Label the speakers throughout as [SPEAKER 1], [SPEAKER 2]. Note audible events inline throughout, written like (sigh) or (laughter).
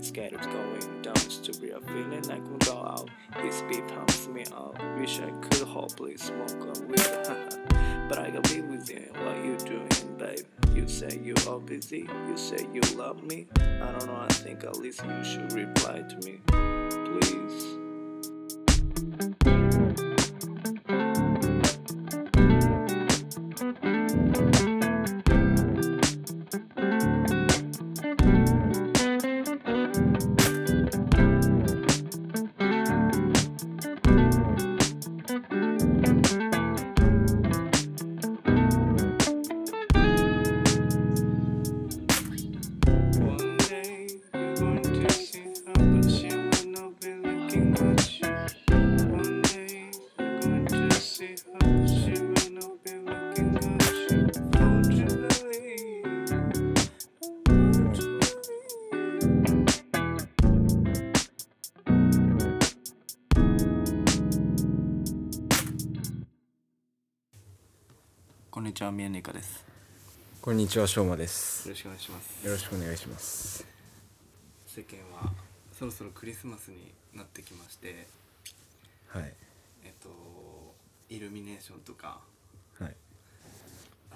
[SPEAKER 1] scared of going down to real feeling I can go out. This beat pumps me up. Wish I could hopefully smoke a weed. (laughs) but I can be with you. What you doing, babe? You say you are busy. You say you love me. I don't know. I think at least you should reply to me, please. こんにちは、宮根香です。
[SPEAKER 2] こんにちは、しょうまで
[SPEAKER 1] よ
[SPEAKER 2] す。
[SPEAKER 1] ろしくお願いします。
[SPEAKER 2] よろしくお願いします。
[SPEAKER 1] 世間はそろそろクリスマスになってきまして、
[SPEAKER 2] はい。
[SPEAKER 1] えっと、イルミネーションとか、
[SPEAKER 2] はい。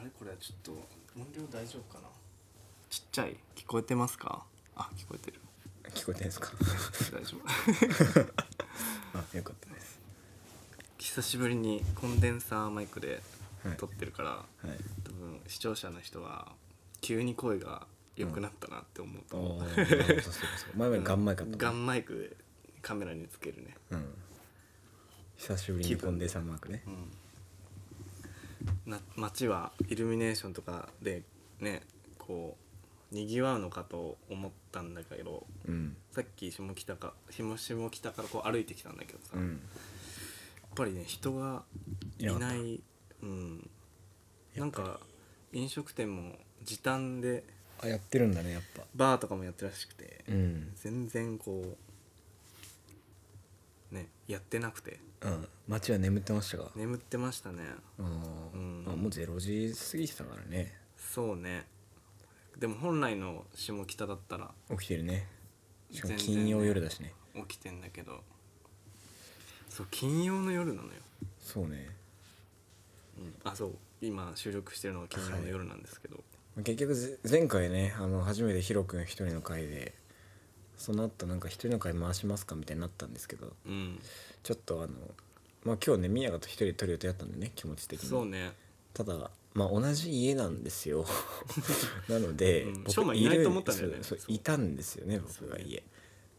[SPEAKER 1] あれこれはちょっと音量大丈夫かなちっちゃい聞こえてますかあ、聞こえてる。
[SPEAKER 2] 聞こえてんですか。 (laughs)
[SPEAKER 1] 大丈夫。
[SPEAKER 2] あ、よかったです。
[SPEAKER 1] 久しぶりにコンデンサーマイクで
[SPEAKER 2] はい
[SPEAKER 1] 撮ってるから、
[SPEAKER 2] はい。
[SPEAKER 1] 多分視聴者の人は急に声が良くなったなって思うと
[SPEAKER 2] お
[SPEAKER 1] 思う
[SPEAKER 2] お。そうそうそう。前々ガンマイかった
[SPEAKER 1] ガ
[SPEAKER 2] もん。
[SPEAKER 1] ンマイクカメラにつけるね
[SPEAKER 2] うん。久しぶりにコンデンサーマークね。
[SPEAKER 1] うんな街はイルミネーションとかでねこうにぎわうのかと思ったんだけど
[SPEAKER 2] うん。
[SPEAKER 1] さっき下北か下下北からこう歩いてきたんだけどさ、
[SPEAKER 2] う
[SPEAKER 1] やっ
[SPEAKER 2] ん。
[SPEAKER 1] ぱりね人がい
[SPEAKER 2] なか
[SPEAKER 1] な
[SPEAKER 2] っ
[SPEAKER 1] いうんなんか飲食店も時短で
[SPEAKER 2] た。あ、やってるんだね、やっぱ。
[SPEAKER 1] バーとかもやってるらしくて、
[SPEAKER 2] うん。
[SPEAKER 1] 全然こうねやってなくて
[SPEAKER 2] うん。街は眠ってましたが。
[SPEAKER 1] 眠ってましたね
[SPEAKER 2] あー
[SPEAKER 1] うん
[SPEAKER 2] あ、もうゼロ時過ぎてたからね。
[SPEAKER 1] そうねでも本来の下北だったら
[SPEAKER 2] 起きてるね。しかも
[SPEAKER 1] 全然ね
[SPEAKER 2] 金曜夜だしね。
[SPEAKER 1] 起きてんだけどそう金曜の夜なのよ、
[SPEAKER 2] そうね。
[SPEAKER 1] うん、あそう今収録してるのが金曜の夜なんですけど、
[SPEAKER 2] 結局ぜ前回ねあの初めてヒロ君一人の回でその後なんか一人の回回しますかみたいになったんですけど
[SPEAKER 1] うん
[SPEAKER 2] ちょっとあのまあ今日ね宮ヤと一人で撮る予定だったんでね気持ち的に
[SPEAKER 1] そうね
[SPEAKER 2] ただまあ同じ家なんです
[SPEAKER 1] (laughs)
[SPEAKER 2] よなので、
[SPEAKER 1] うん
[SPEAKER 2] 僕
[SPEAKER 1] 翔馬いないと思ったんだよね
[SPEAKER 2] そうそう
[SPEAKER 1] そう
[SPEAKER 2] いたんですよね僕
[SPEAKER 1] そう
[SPEAKER 2] が
[SPEAKER 1] ね
[SPEAKER 2] 家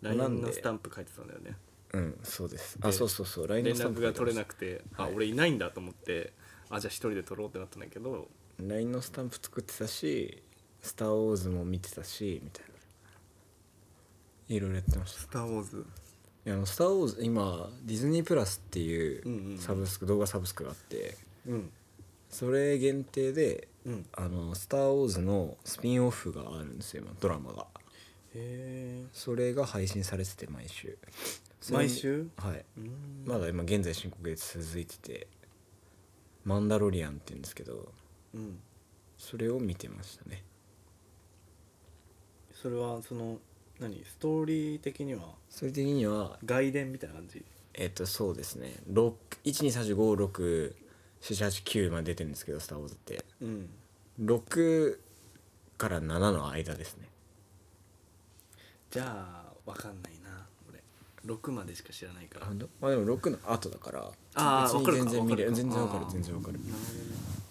[SPEAKER 1] LINE のスタンプ書いてたんだよね
[SPEAKER 2] うんそうです
[SPEAKER 1] で
[SPEAKER 2] あそうそうそう
[SPEAKER 1] 連
[SPEAKER 2] LINE のスタン
[SPEAKER 1] 絡
[SPEAKER 2] プ
[SPEAKER 1] が取れ
[SPEAKER 2] 書い
[SPEAKER 1] な
[SPEAKER 2] て
[SPEAKER 1] くて、
[SPEAKER 2] はい
[SPEAKER 1] あ俺いないんだと思ってあじゃあ一人で撮ろうってなったんだけど
[SPEAKER 2] ました LINE のスタンプ作ってたし「スター・ウォーズ」も見てたしみたいないろいろやってました
[SPEAKER 1] 「スター・ウォーズ
[SPEAKER 2] いやあの「スター・ウォーズ」今ディズニープラスって
[SPEAKER 1] うんうんう
[SPEAKER 2] い
[SPEAKER 1] ん
[SPEAKER 2] うサブスク、動画サブスクがあって」
[SPEAKER 1] うん
[SPEAKER 2] それ限定で
[SPEAKER 1] うん
[SPEAKER 2] 「あのスター・ウォーズ」のスピンオフがあるんですよ今ドラマが
[SPEAKER 1] へ
[SPEAKER 2] それが配信されてて毎週それ
[SPEAKER 1] 毎週
[SPEAKER 2] はい
[SPEAKER 1] えうん
[SPEAKER 2] まだ今現在進行形で続いてて「マンダロリアン」って言うんですけど
[SPEAKER 1] うん
[SPEAKER 2] それを見てましたね
[SPEAKER 1] それはその何ストーリー的には
[SPEAKER 2] それ的には
[SPEAKER 1] 外伝みたいな感じ
[SPEAKER 2] えっとそうですね123456789まで出てるんですけど「スター・ウォーズ」って
[SPEAKER 1] うん
[SPEAKER 2] 6から7の間ですね
[SPEAKER 1] じゃあわかんないな俺6までしか知らないから
[SPEAKER 2] まあでも6の後だから
[SPEAKER 1] あー
[SPEAKER 2] 別に全然見れる
[SPEAKER 1] わかるか
[SPEAKER 2] 全然わかる
[SPEAKER 1] あー
[SPEAKER 2] 全然わかる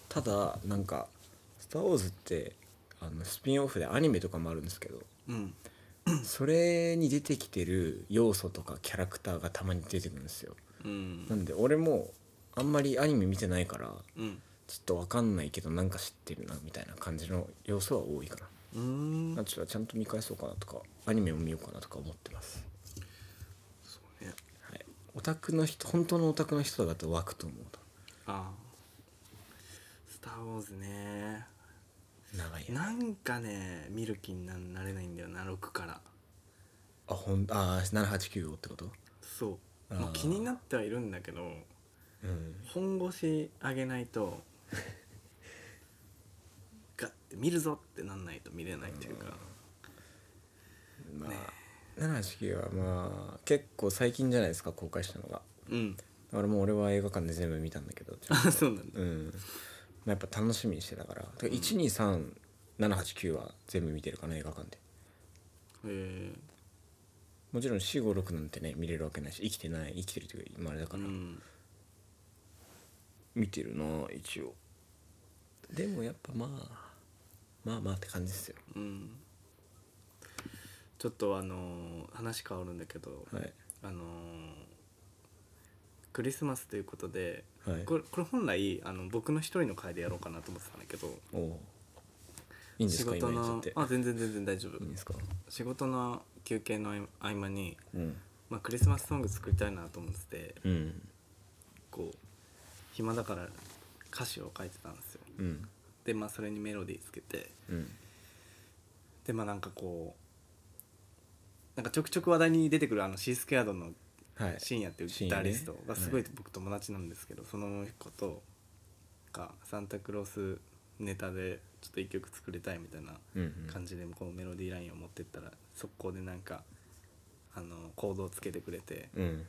[SPEAKER 2] ただなんか「スター・ウォーズ」ってあのスピンオフでアニメとかもあるんですけ
[SPEAKER 1] (clears throat)
[SPEAKER 2] ど
[SPEAKER 1] うん
[SPEAKER 2] それに出てきてる要素とかキャラクターがたまに出てくるんですよ
[SPEAKER 1] うん
[SPEAKER 2] なんで俺もあんまりアニメ見てないから
[SPEAKER 1] うん
[SPEAKER 2] ちょっとわかんないけどなんか知ってるなみたいな感じの要素は多いか
[SPEAKER 1] うーん
[SPEAKER 2] なあちょっとちゃんと見返そうかなとかアニメも見ようかなとか思ってます
[SPEAKER 1] そうね
[SPEAKER 2] はい、オタクの人本当のオタクの人だと湧くと思う
[SPEAKER 1] あースター・ウォーズね
[SPEAKER 2] な長いや
[SPEAKER 1] なんかね見る気にななれないんだよな6から
[SPEAKER 2] あほんあー789号ってこと
[SPEAKER 1] そう
[SPEAKER 2] あー
[SPEAKER 1] もう気になってはいるんだけど
[SPEAKER 2] うん
[SPEAKER 1] 本腰上げな
[SPEAKER 2] (laughs)
[SPEAKER 1] いとガッて見るぞってなんないと見れないっていうか
[SPEAKER 2] まあ、 789はまあ結構最近じゃないですか公開したのが
[SPEAKER 3] うん
[SPEAKER 2] だからもう俺は映画館で全部見たんだけど (laughs) ちょ
[SPEAKER 3] あ
[SPEAKER 2] っ
[SPEAKER 3] (laughs)
[SPEAKER 2] と
[SPEAKER 3] そうなんだ
[SPEAKER 2] うん、まあ、やっぱ楽しみにしてたからだから123789は全部見てるかな映画館で
[SPEAKER 3] え
[SPEAKER 2] もちろん456なんてね見れるわけないし生きてない生きてるというか今あれだ
[SPEAKER 3] えう
[SPEAKER 2] から、
[SPEAKER 3] ん
[SPEAKER 2] 見てるな一応でもやっぱまあまあまあって感じですよ
[SPEAKER 3] うんちょっとあのー話変わるんだけど、
[SPEAKER 2] はい
[SPEAKER 3] あのークリスマスということで、
[SPEAKER 2] はい
[SPEAKER 3] これこれ本来あの僕の一人の会でやろうかなと思ってたんだけど
[SPEAKER 2] おういいんですか
[SPEAKER 3] 仕事
[SPEAKER 2] 今言っちゃ
[SPEAKER 3] の
[SPEAKER 2] って
[SPEAKER 3] あ全然全然大丈夫
[SPEAKER 2] いいんですか
[SPEAKER 3] 仕事の休憩の合間に、
[SPEAKER 2] うん
[SPEAKER 3] まあ、クリスマスソング作りたいなと思ってて
[SPEAKER 2] うん
[SPEAKER 3] こう暇だから歌詞を書いてたんですよ
[SPEAKER 2] うん
[SPEAKER 3] でまあそれにメロディーつけて
[SPEAKER 2] うん
[SPEAKER 3] でまあなんかこうなんかちょくちょく話題に出てくるあのシースクエアードの
[SPEAKER 2] はい
[SPEAKER 3] 深夜っていうギタリストがすごい僕友達なんですけど、その子とがサンタクロースネタでちょっと一曲作りたいみたいな
[SPEAKER 2] うんうん
[SPEAKER 3] 感じでこうメロディーラインを持ってったら速攻でなんかあのコードをつけてくれて、
[SPEAKER 2] うん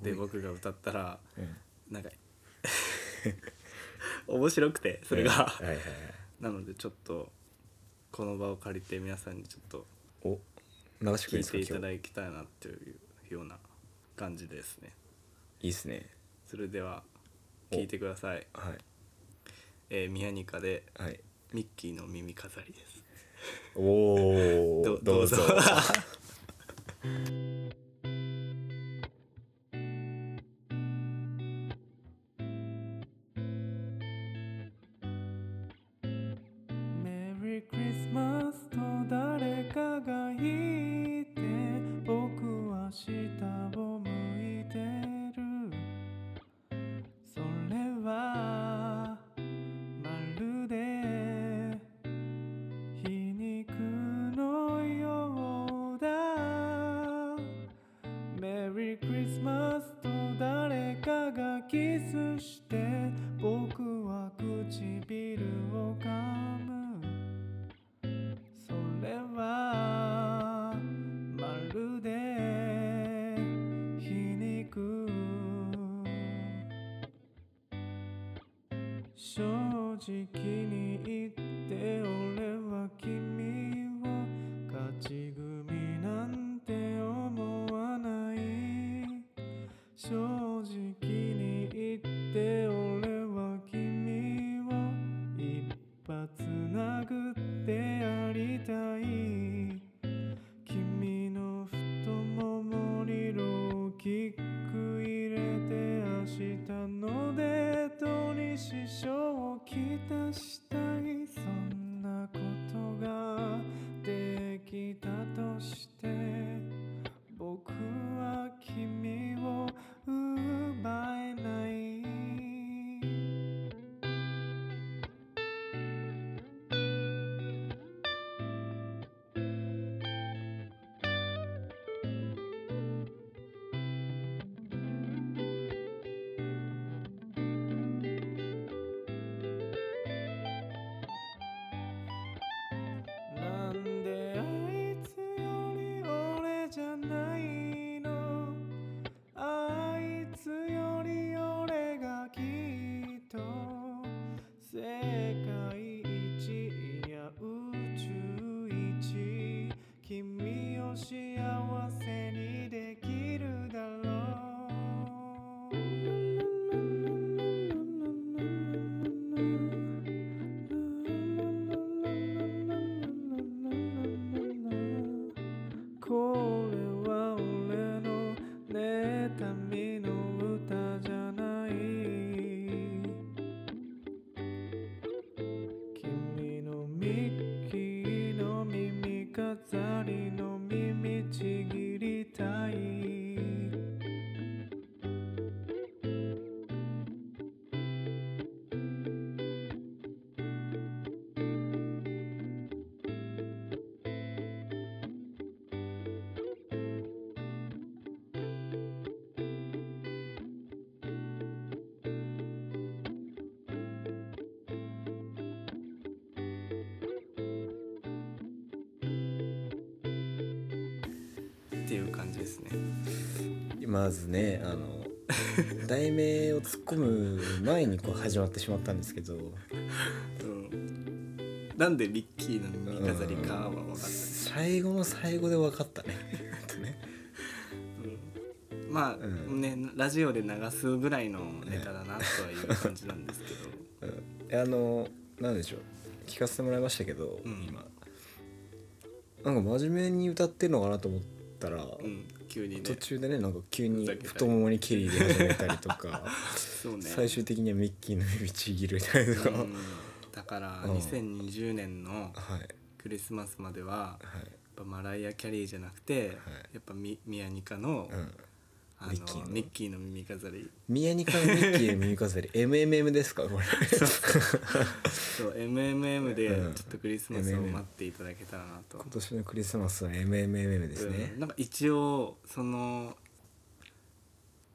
[SPEAKER 3] で僕が歌ったら
[SPEAKER 2] うん
[SPEAKER 3] なんか (laughs) 面白くてそれが、
[SPEAKER 2] はいはいはい
[SPEAKER 3] なのでちょっとこの場を借りて皆さんにちょっと
[SPEAKER 2] お流してく
[SPEAKER 3] 聞
[SPEAKER 2] れるんで
[SPEAKER 3] い
[SPEAKER 2] すか
[SPEAKER 3] ていた
[SPEAKER 2] 今
[SPEAKER 3] だきたいなっていうような感じですね
[SPEAKER 2] 日いいっすね
[SPEAKER 3] それでは
[SPEAKER 2] お
[SPEAKER 3] 聞いてください
[SPEAKER 2] はい
[SPEAKER 3] 「えー、ミヤニカ」で
[SPEAKER 2] はい
[SPEAKER 3] ミッキーの耳飾りです
[SPEAKER 2] おお
[SPEAKER 3] (laughs) どどうぞメリークリスマスと誰かが言って僕は下を向いてるそれはまるで皮肉のようだメリークリスマスと誰かがキスして僕は唇を噛むそれはまるで皮肉正直に言って俺は君を勝ち組なんて思わない正直に言って俺は君を一発殴ってやりたい君の太ももにローキック入れて明日のデートに支障をきたしたいそんなことができたとして僕は君を奪えないなんであいつより俺
[SPEAKER 1] っていう感じですね
[SPEAKER 2] まずねあ
[SPEAKER 3] (laughs)
[SPEAKER 2] の題名を突っ込む前にこう始まってしまったんですけど
[SPEAKER 1] うんなんでミッキーの耳飾りかは分かったです、
[SPEAKER 2] 最後の最後で分かった
[SPEAKER 3] (laughs)
[SPEAKER 2] ねほんとね
[SPEAKER 1] うんまあ、
[SPEAKER 2] うん
[SPEAKER 1] ねラジオで流すぐらいのネタだなとはいう感じなんですけど
[SPEAKER 2] うんあのなんでしょう聞かせてもらいましたけど、
[SPEAKER 1] うん
[SPEAKER 2] 今なんか真面目に歌ってるのかなと思ったら、
[SPEAKER 1] うん急に
[SPEAKER 2] 途
[SPEAKER 1] ね
[SPEAKER 2] 中でねなんか急に
[SPEAKER 1] ふざけたり
[SPEAKER 2] 太ももに蹴り入れ始めたりとか、
[SPEAKER 1] (laughs) そうね
[SPEAKER 2] 最終的にはミッキーの指ちぎるみたいなのが、
[SPEAKER 1] う
[SPEAKER 2] はい
[SPEAKER 1] んだから
[SPEAKER 2] うん
[SPEAKER 1] 2020年の
[SPEAKER 2] はい
[SPEAKER 1] クリスマスまではやっ
[SPEAKER 2] はい
[SPEAKER 1] ぱマライア・キャリーじゃなくて、やっぱミミヤニカの,、
[SPEAKER 2] うん
[SPEAKER 1] あの
[SPEAKER 2] ミッキーの
[SPEAKER 1] ミッキーの耳飾り
[SPEAKER 2] 宮にかミッキー耳飾り MMM ですかこ
[SPEAKER 1] (laughs)
[SPEAKER 2] れ
[SPEAKER 1] そう MMM でちょ
[SPEAKER 2] う
[SPEAKER 1] っ
[SPEAKER 2] ん
[SPEAKER 1] とクリスマスを
[SPEAKER 2] MMM
[SPEAKER 1] 待っていただけたらなと、
[SPEAKER 2] 今年のクリスマスは MMM ですね
[SPEAKER 1] うんなんか一応その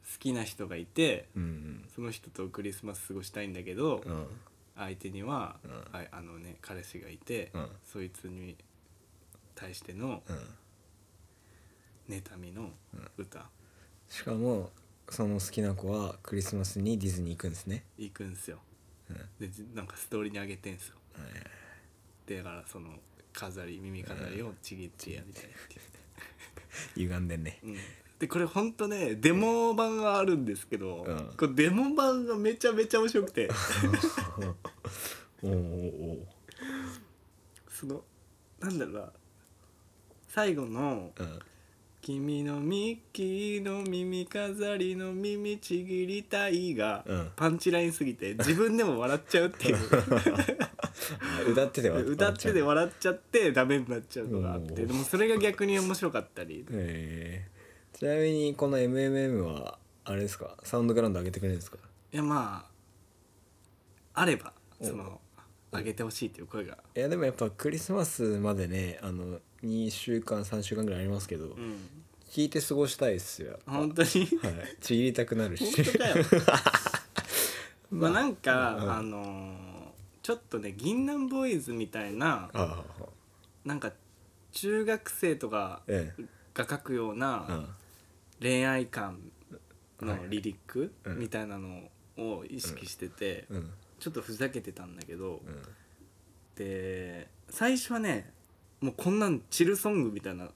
[SPEAKER 1] 好きな人がいて
[SPEAKER 2] うん
[SPEAKER 1] その人とクリスマス過ごしたいんだけど、
[SPEAKER 2] うん
[SPEAKER 1] 相手には、
[SPEAKER 2] うん
[SPEAKER 1] ああのね彼氏がいて、
[SPEAKER 2] うん
[SPEAKER 1] そいつに対しての
[SPEAKER 2] うん
[SPEAKER 1] 妬みの歌、
[SPEAKER 2] しかもその好きな子はクリスマスにディズニー行くんですね
[SPEAKER 1] 行くんすよ
[SPEAKER 2] うん
[SPEAKER 1] でじなんかストーリーにあげてんすよでだからその飾り耳飾りをちぎってやりたいっていう
[SPEAKER 2] 歪んで
[SPEAKER 1] (laughs)
[SPEAKER 2] んね
[SPEAKER 1] うんでこれほんとねデモ版があるんですけど、
[SPEAKER 2] うん
[SPEAKER 1] これデモ版がめちゃめちゃ面白くて
[SPEAKER 2] (laughs) おうおうおう
[SPEAKER 1] そのなんだろうな最後の
[SPEAKER 2] うん
[SPEAKER 1] 「君のミッキーの耳飾りの耳ちぎりたい」が
[SPEAKER 2] うん
[SPEAKER 1] パンチラインすぎて自分でも笑っちゃうっていう
[SPEAKER 2] あ歌ってて
[SPEAKER 1] 歌ってで
[SPEAKER 2] へ
[SPEAKER 1] 笑っちゃってダメになっちゃうのがあっ
[SPEAKER 2] う
[SPEAKER 1] て
[SPEAKER 2] ん
[SPEAKER 1] でもそれが逆に面白かったり
[SPEAKER 2] えちなみにこの MMM はあれですかサウンドグラウンド上げてくれるんですか
[SPEAKER 1] いやまああれば
[SPEAKER 2] お
[SPEAKER 1] そのあげてほしいっていう声が
[SPEAKER 2] いやでもやっぱクリスマスまでねあの2週間3週間ぐらいありますけど、
[SPEAKER 1] うん
[SPEAKER 2] 聞いて過ごしたいっすよやっぱ
[SPEAKER 1] 本当に
[SPEAKER 2] はい、ちぎりたくなるし
[SPEAKER 1] 本当かよ (laughs) まあなんか、
[SPEAKER 2] うん
[SPEAKER 1] あのーちょっとね銀杏ボーイズみたいな
[SPEAKER 2] (laughs) ああ
[SPEAKER 1] なんか中学生とか
[SPEAKER 2] ええ
[SPEAKER 1] が書くよう
[SPEAKER 2] う
[SPEAKER 1] なん恋愛観
[SPEAKER 2] は
[SPEAKER 1] の
[SPEAKER 2] い
[SPEAKER 1] リリック
[SPEAKER 2] うん
[SPEAKER 1] みたいなのを意識してて、
[SPEAKER 2] うん
[SPEAKER 1] ちょっとふざけてたんだけど、
[SPEAKER 2] うん
[SPEAKER 1] で最初はねもうこんなんチルソングみたいな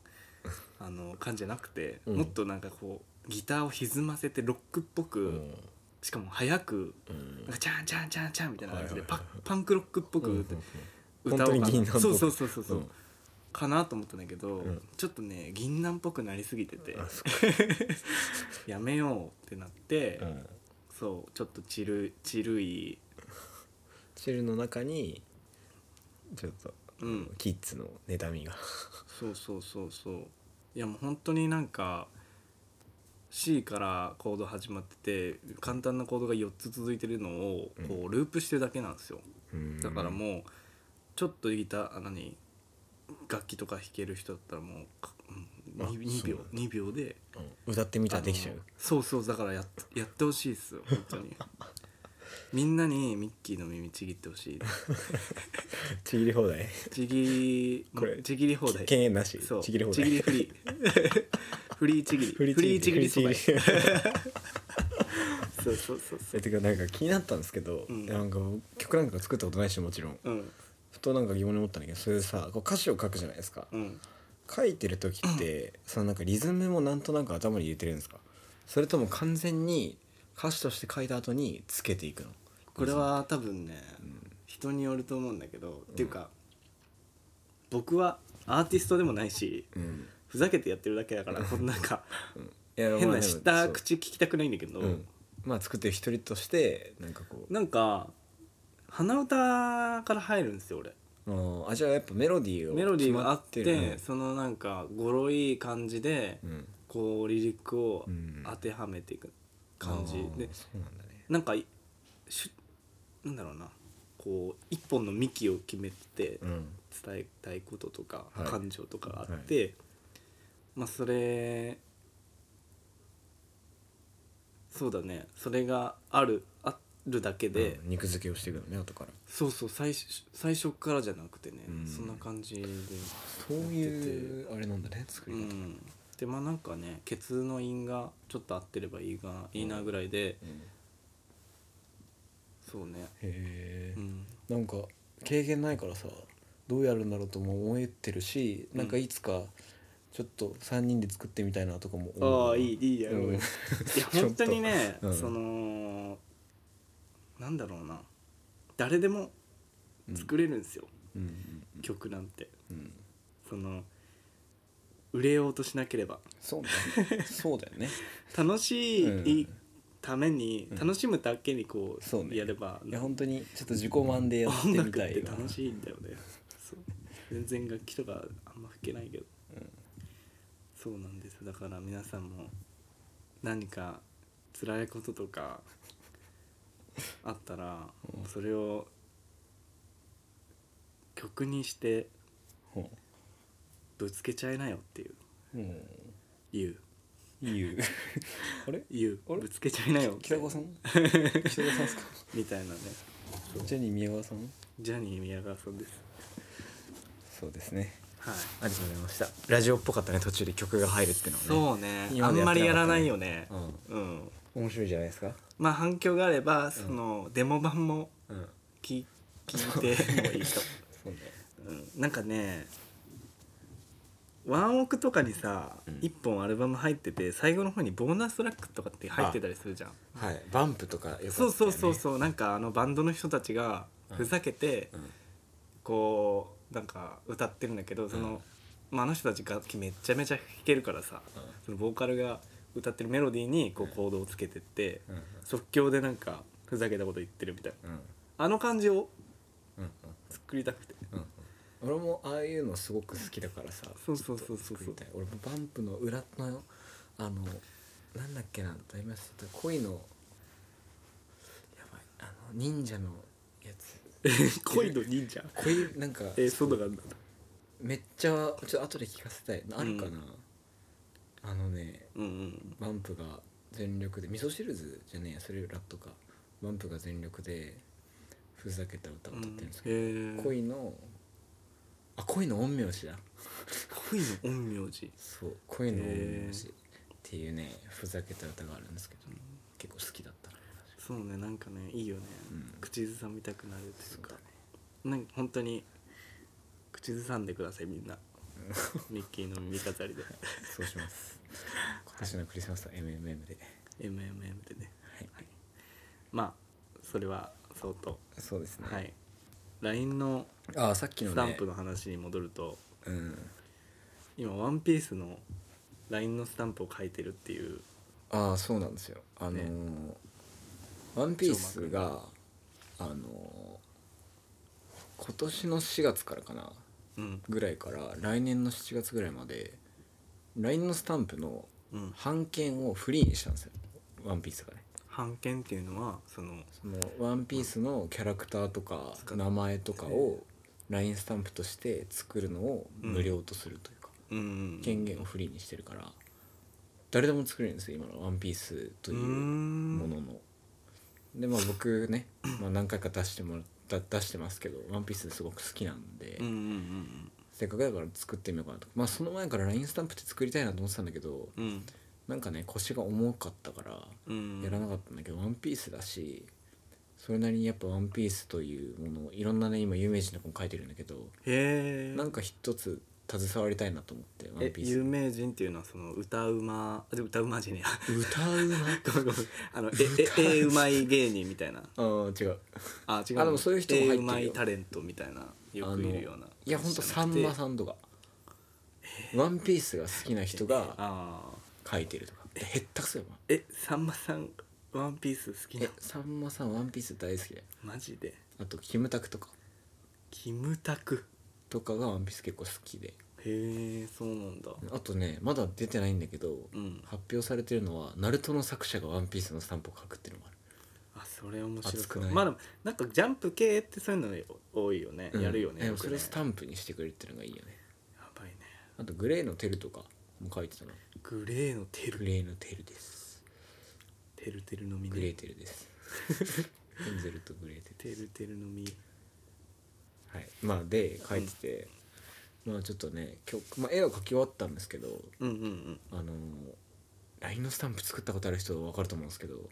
[SPEAKER 1] あの感じじゃなくて、
[SPEAKER 2] うん
[SPEAKER 1] もっとなんかこうギターを歪ませてロックっぽく、
[SPEAKER 2] うん
[SPEAKER 1] しかも早く
[SPEAKER 2] うん
[SPEAKER 1] なんかチャンチャンチャンチャンみたいな感じで
[SPEAKER 2] はい
[SPEAKER 1] パ
[SPEAKER 2] はいはい
[SPEAKER 1] パンクロックっぽ
[SPEAKER 2] うん
[SPEAKER 1] く
[SPEAKER 2] うん
[SPEAKER 1] 歌おう
[SPEAKER 2] 本
[SPEAKER 1] か
[SPEAKER 2] 当に銀杏っぽ
[SPEAKER 1] な
[SPEAKER 2] く
[SPEAKER 1] そうそうそうそうそううんかなと思ったんだけど
[SPEAKER 2] ん
[SPEAKER 1] ちょっとね銀杏っぽくなりすぎてて
[SPEAKER 2] あ
[SPEAKER 1] やめようってなって
[SPEAKER 2] うん
[SPEAKER 1] そうちょっとチルチルい
[SPEAKER 2] チルの中にちょっと、
[SPEAKER 1] うん
[SPEAKER 2] キッズの妬みが
[SPEAKER 1] そうそうそうそういやもう本当になんか C からコード始まってて簡単なコードが4つ続いてるのをこうループしてるだけなんですよ。だから
[SPEAKER 2] う
[SPEAKER 1] もうちょっとギターあ何楽器とか弾ける人だったらもうか、うん、
[SPEAKER 2] あ
[SPEAKER 1] 2,
[SPEAKER 2] そう
[SPEAKER 1] 秒
[SPEAKER 2] なんだ
[SPEAKER 1] 2秒で
[SPEAKER 2] ん、うん歌ってみたらできちゃ
[SPEAKER 1] あの
[SPEAKER 2] う
[SPEAKER 1] そうそうだからやっ (laughs) やってほしいっすよ本
[SPEAKER 2] (laughs)
[SPEAKER 1] 当にみんなにミッキーの耳ちぎってほしい
[SPEAKER 2] ちぎり放題
[SPEAKER 1] ちぎ
[SPEAKER 2] これ
[SPEAKER 1] ちぎり放題
[SPEAKER 2] 権限なし
[SPEAKER 1] そう
[SPEAKER 2] ちぎり放題
[SPEAKER 1] ちぎりフリ
[SPEAKER 2] (laughs)
[SPEAKER 1] ーフリーちぎり
[SPEAKER 2] フリーちぎり
[SPEAKER 1] フリ
[SPEAKER 2] フリ
[SPEAKER 1] ーちぎり
[SPEAKER 2] ーちぎり
[SPEAKER 1] そうそうそうそ
[SPEAKER 2] えてかなんか気になったんですけど、
[SPEAKER 1] うん
[SPEAKER 2] なんか曲なんか作ったことないしもちろん
[SPEAKER 1] ううん
[SPEAKER 2] ふとなんか疑問に思ったんだけどそれでさこう歌詞を書くじゃないですか、
[SPEAKER 1] うん
[SPEAKER 2] 書いてる時って、そのなんかリズムもなんとなく頭に入れてるんですかそれとも完全に歌詞として書いた後につけていくの
[SPEAKER 1] これは多分ね、人によると思うんだけど、っていうか僕はアーティストでもないし、
[SPEAKER 2] うん
[SPEAKER 1] ふざけてやってるだけだからこんなんか
[SPEAKER 2] (laughs) いや
[SPEAKER 1] 変
[SPEAKER 2] まあ
[SPEAKER 1] な
[SPEAKER 2] でも
[SPEAKER 1] 知った
[SPEAKER 2] そう
[SPEAKER 1] 口聞きたくないんだけど、
[SPEAKER 2] うんまあ作ってる一人としてなんかこ
[SPEAKER 1] なんか鼻歌から入るんですよ俺
[SPEAKER 2] うもうあじゃあやっぱメロディーを
[SPEAKER 1] メロディーがあって
[SPEAKER 2] 決まる
[SPEAKER 1] そのなんか語呂いい感じで、
[SPEAKER 2] うんうん
[SPEAKER 1] こうリリックを
[SPEAKER 2] うん
[SPEAKER 1] 当てはめていく感じ、
[SPEAKER 2] あー
[SPEAKER 1] で
[SPEAKER 2] そうなんだね
[SPEAKER 1] なんかいしゅなんだろうなこう一本の幹を決めて
[SPEAKER 2] うん
[SPEAKER 1] 伝えたいこととか、
[SPEAKER 2] はい
[SPEAKER 1] 感情とかがあって、まあそれそうだねそれがあるあるだけで、
[SPEAKER 2] うん肉付けをしていくのね後から
[SPEAKER 1] そうそう最初最初からじゃなくてね、
[SPEAKER 2] うん
[SPEAKER 1] そんな感じで
[SPEAKER 2] そういうあれなんだね作
[SPEAKER 1] う
[SPEAKER 2] り方、
[SPEAKER 1] ん、してまあなんかねケツの韻がちょっと合ってればいいがいいなぐらいで、そうね
[SPEAKER 2] へえ
[SPEAKER 1] うん
[SPEAKER 2] なんか経験ないからさどうやるんだろうとも思ってるしなんかいつかちょっと3人で作ってみたいなとかも思う
[SPEAKER 1] ああいいいいやろう
[SPEAKER 2] (laughs)
[SPEAKER 1] よ、
[SPEAKER 2] うん
[SPEAKER 1] いや本当にね、
[SPEAKER 2] うん
[SPEAKER 1] そのなんだろうな誰でも作れるんですよ、
[SPEAKER 2] うん
[SPEAKER 1] 曲なんて
[SPEAKER 2] うん
[SPEAKER 1] その売れようとしなければ
[SPEAKER 2] そうねそうだよね
[SPEAKER 1] 楽しい、
[SPEAKER 2] うん
[SPEAKER 1] いいために
[SPEAKER 2] ん
[SPEAKER 1] 楽しむだけにこう,、
[SPEAKER 2] そうね
[SPEAKER 1] やれば
[SPEAKER 2] いや本当にちょっと自己満でやって
[SPEAKER 1] 音
[SPEAKER 2] み
[SPEAKER 1] 楽
[SPEAKER 2] た
[SPEAKER 1] っ
[SPEAKER 2] い
[SPEAKER 1] て
[SPEAKER 2] な
[SPEAKER 1] 楽しいんだよねそう全然楽器とかあんま吹けないけど、そうなんですだから皆さんも何か辛いこととかあったらそれを曲にして
[SPEAKER 2] ほ
[SPEAKER 1] ぶつけちゃいなよっていう
[SPEAKER 2] ううん
[SPEAKER 1] 言う
[SPEAKER 2] いい (laughs) よあれ
[SPEAKER 1] 言
[SPEAKER 2] あ
[SPEAKER 1] う
[SPEAKER 2] れ
[SPEAKER 1] ぶつけちゃいなよ
[SPEAKER 2] 北川さ (laughs) ん北川さんですか
[SPEAKER 1] みたいなね
[SPEAKER 2] ジェニー宮川さん
[SPEAKER 1] ジャニー宮川さんです
[SPEAKER 2] そうですね
[SPEAKER 1] はい
[SPEAKER 2] ありがとうございましたラジオっぽかったね途中で曲が入るってのはね
[SPEAKER 1] そうね
[SPEAKER 2] 今
[SPEAKER 1] あ
[SPEAKER 2] ま
[SPEAKER 1] ん
[SPEAKER 2] でや
[SPEAKER 1] ま
[SPEAKER 2] ってなかったね
[SPEAKER 1] りやらないよね
[SPEAKER 2] うん
[SPEAKER 1] うん
[SPEAKER 2] 面白いじゃないですか
[SPEAKER 1] まあ反響があればそのデモ版も
[SPEAKER 2] うん
[SPEAKER 1] 聞聞
[SPEAKER 2] (laughs)
[SPEAKER 1] いてもいいと、
[SPEAKER 2] そうね
[SPEAKER 1] うん、なんかねワンオクとかにさ、
[SPEAKER 2] うん
[SPEAKER 1] 一1本アルバム入ってて最後の方にボーナストラックとかって入ってたりするじゃん、
[SPEAKER 2] はいバンプとかよかったよね
[SPEAKER 1] そうそうそうそうなんかあのバンドの人たちがふざけて、
[SPEAKER 2] うん
[SPEAKER 1] こうなんか歌ってるんだけどその、まあ、あの人たち楽器めっちゃめちゃ弾けるからさ、そのボーカルが歌ってるメロディーにこうコードをつけてって、
[SPEAKER 2] うんうん
[SPEAKER 1] 即興でなんかふざけたこと言ってるみたいな
[SPEAKER 2] うん
[SPEAKER 1] あの感じを
[SPEAKER 2] うん
[SPEAKER 1] 作りたくて
[SPEAKER 2] うんうん俺もああいうのすごく好きだからさ
[SPEAKER 1] そうそうそうそう
[SPEAKER 2] 作
[SPEAKER 1] そ
[SPEAKER 2] り
[SPEAKER 1] う
[SPEAKER 2] たい俺もバンプの裏のあのなんだっけな題名忘れた恋のやばいあの忍者のやつ
[SPEAKER 1] 恋の
[SPEAKER 2] (laughs)
[SPEAKER 1] 忍者
[SPEAKER 2] 恋なんか
[SPEAKER 1] えー、そうだからなんだ
[SPEAKER 2] めっちゃちょっと後で聞かせたいあるかな、
[SPEAKER 1] うん
[SPEAKER 2] あのね
[SPEAKER 1] うんうん
[SPEAKER 2] バンプが全力で味噌汁図じゃねえやそれラットかバンプが全力でふざけた歌を歌ってるんですけど、
[SPEAKER 1] え恋
[SPEAKER 2] 恋のあ恋の陰陽師だ
[SPEAKER 1] 恋の陰陽師
[SPEAKER 2] そう恋の
[SPEAKER 1] へー
[SPEAKER 2] 音楽っていうねふざけた歌があるんですけど、結構好きだったな
[SPEAKER 1] そうねなんかねいいよね、
[SPEAKER 2] うん
[SPEAKER 1] 口ずさみたくなるという
[SPEAKER 2] そう
[SPEAKER 1] か
[SPEAKER 2] だね
[SPEAKER 1] なんか本当に口ずさんでくださいみ
[SPEAKER 2] (laughs)
[SPEAKER 1] んなミッキーの耳飾りで (laughs)
[SPEAKER 2] そうします今年のクリスマスは MMM で
[SPEAKER 1] MMM でね
[SPEAKER 2] はい、
[SPEAKER 1] まあそれは相当
[SPEAKER 2] そうですね、
[SPEAKER 1] はい LINE の
[SPEAKER 2] ああさっきのね
[SPEAKER 1] スタンプの話に戻ると、
[SPEAKER 2] うん
[SPEAKER 1] 今ワンピースの LINE のスタンプを書いてるっていう
[SPEAKER 2] ああそうなんですよあのーワンピースがあのー今年の4月からかな
[SPEAKER 1] うん
[SPEAKER 2] ぐらいから来年の7月ぐらいまで LINE のスタンプの
[SPEAKER 1] うん
[SPEAKER 2] 版権をフリーにしたんですよワンピースがね
[SPEAKER 1] 版権っていうのはその
[SPEAKER 2] その「ワンピースのキャラクターとか
[SPEAKER 1] 使っ
[SPEAKER 2] 名前とかを LINE スタンプとして作るのを無料とするというか、
[SPEAKER 1] うんうん
[SPEAKER 2] 権限をフリーにしてるから誰でも作れるんですよ今の「ワンピースという
[SPEAKER 1] ー
[SPEAKER 2] も
[SPEAKER 1] ん
[SPEAKER 2] のの。でまあ僕ね、まあ、何回か出してもらだ出してますけど「ワンピースすごく好きなんで、
[SPEAKER 1] うんうんうん
[SPEAKER 2] せっかくだから作ってみようかなとまあその前から LINE スタンプって作りたいなと思ってたんだけど
[SPEAKER 1] うん
[SPEAKER 2] なんかね腰が重かったから
[SPEAKER 1] うん
[SPEAKER 2] やらなかったんだけど「ワンピースだしそれなりにやっぱ「ワンピースというものをいろんなね今有名人の子も書いてるんだけど
[SPEAKER 1] へえ
[SPEAKER 2] なんか一つ携わりたいなと思って「ワン
[SPEAKER 1] え
[SPEAKER 2] ピ
[SPEAKER 1] 有
[SPEAKER 2] ース
[SPEAKER 1] 名人っていうのはその歌うまあで歌うまじゃねえや
[SPEAKER 2] 歌うな
[SPEAKER 1] ごめんごめんあのえええうまい芸人みたいな
[SPEAKER 2] (laughs) あー違う
[SPEAKER 1] あ違う
[SPEAKER 2] あでもそういう人も入ってるよ
[SPEAKER 1] えうまいタレントみたいなよくいるような
[SPEAKER 2] やほんとさんま
[SPEAKER 1] ん
[SPEAKER 2] さんとか「ワンピースが好きな人が
[SPEAKER 1] ああ
[SPEAKER 2] 書いてるとかへったくそやば
[SPEAKER 1] えさんまさんワンピース好きな
[SPEAKER 2] え
[SPEAKER 1] の
[SPEAKER 2] さんまさん「ワンピース大好きだよ
[SPEAKER 1] マジで
[SPEAKER 2] あとキムタクとか
[SPEAKER 1] キムタク
[SPEAKER 2] とかが「ワンピース結構好きで
[SPEAKER 1] へえそうなんだ
[SPEAKER 2] あとねまだ出てないんだけど、
[SPEAKER 1] うん
[SPEAKER 2] 発表されてるのは「ナルトの作者が「ワンピースのスタンプを書くっていうのもある
[SPEAKER 1] あそれ面白
[SPEAKER 2] 熱
[SPEAKER 1] そ
[SPEAKER 2] く
[SPEAKER 1] う
[SPEAKER 2] ない
[SPEAKER 1] まあでもなんかジャンプ系ってそういうの多いよね、やるよ
[SPEAKER 2] うん
[SPEAKER 1] ね
[SPEAKER 2] で
[SPEAKER 1] よ
[SPEAKER 2] もそ
[SPEAKER 1] くね
[SPEAKER 2] れをスタンプにしてくれるっていうのがいいよね
[SPEAKER 1] やばいね
[SPEAKER 2] あとグレーのテルとかも書いてたな
[SPEAKER 1] グレーのテ
[SPEAKER 2] グ
[SPEAKER 1] ル
[SPEAKER 2] レーのテルです
[SPEAKER 1] テルテルの実
[SPEAKER 2] グレー
[SPEAKER 1] ね
[SPEAKER 2] テルですエンゼルとグレーテル
[SPEAKER 1] テルテルの実
[SPEAKER 2] はいまあで書いてて、まあちょっとね曲、まあ、絵を描き終わったんですけど
[SPEAKER 1] うんうんうん
[SPEAKER 2] あの LINE のスタンプ作ったことある人は分かると思うんですけど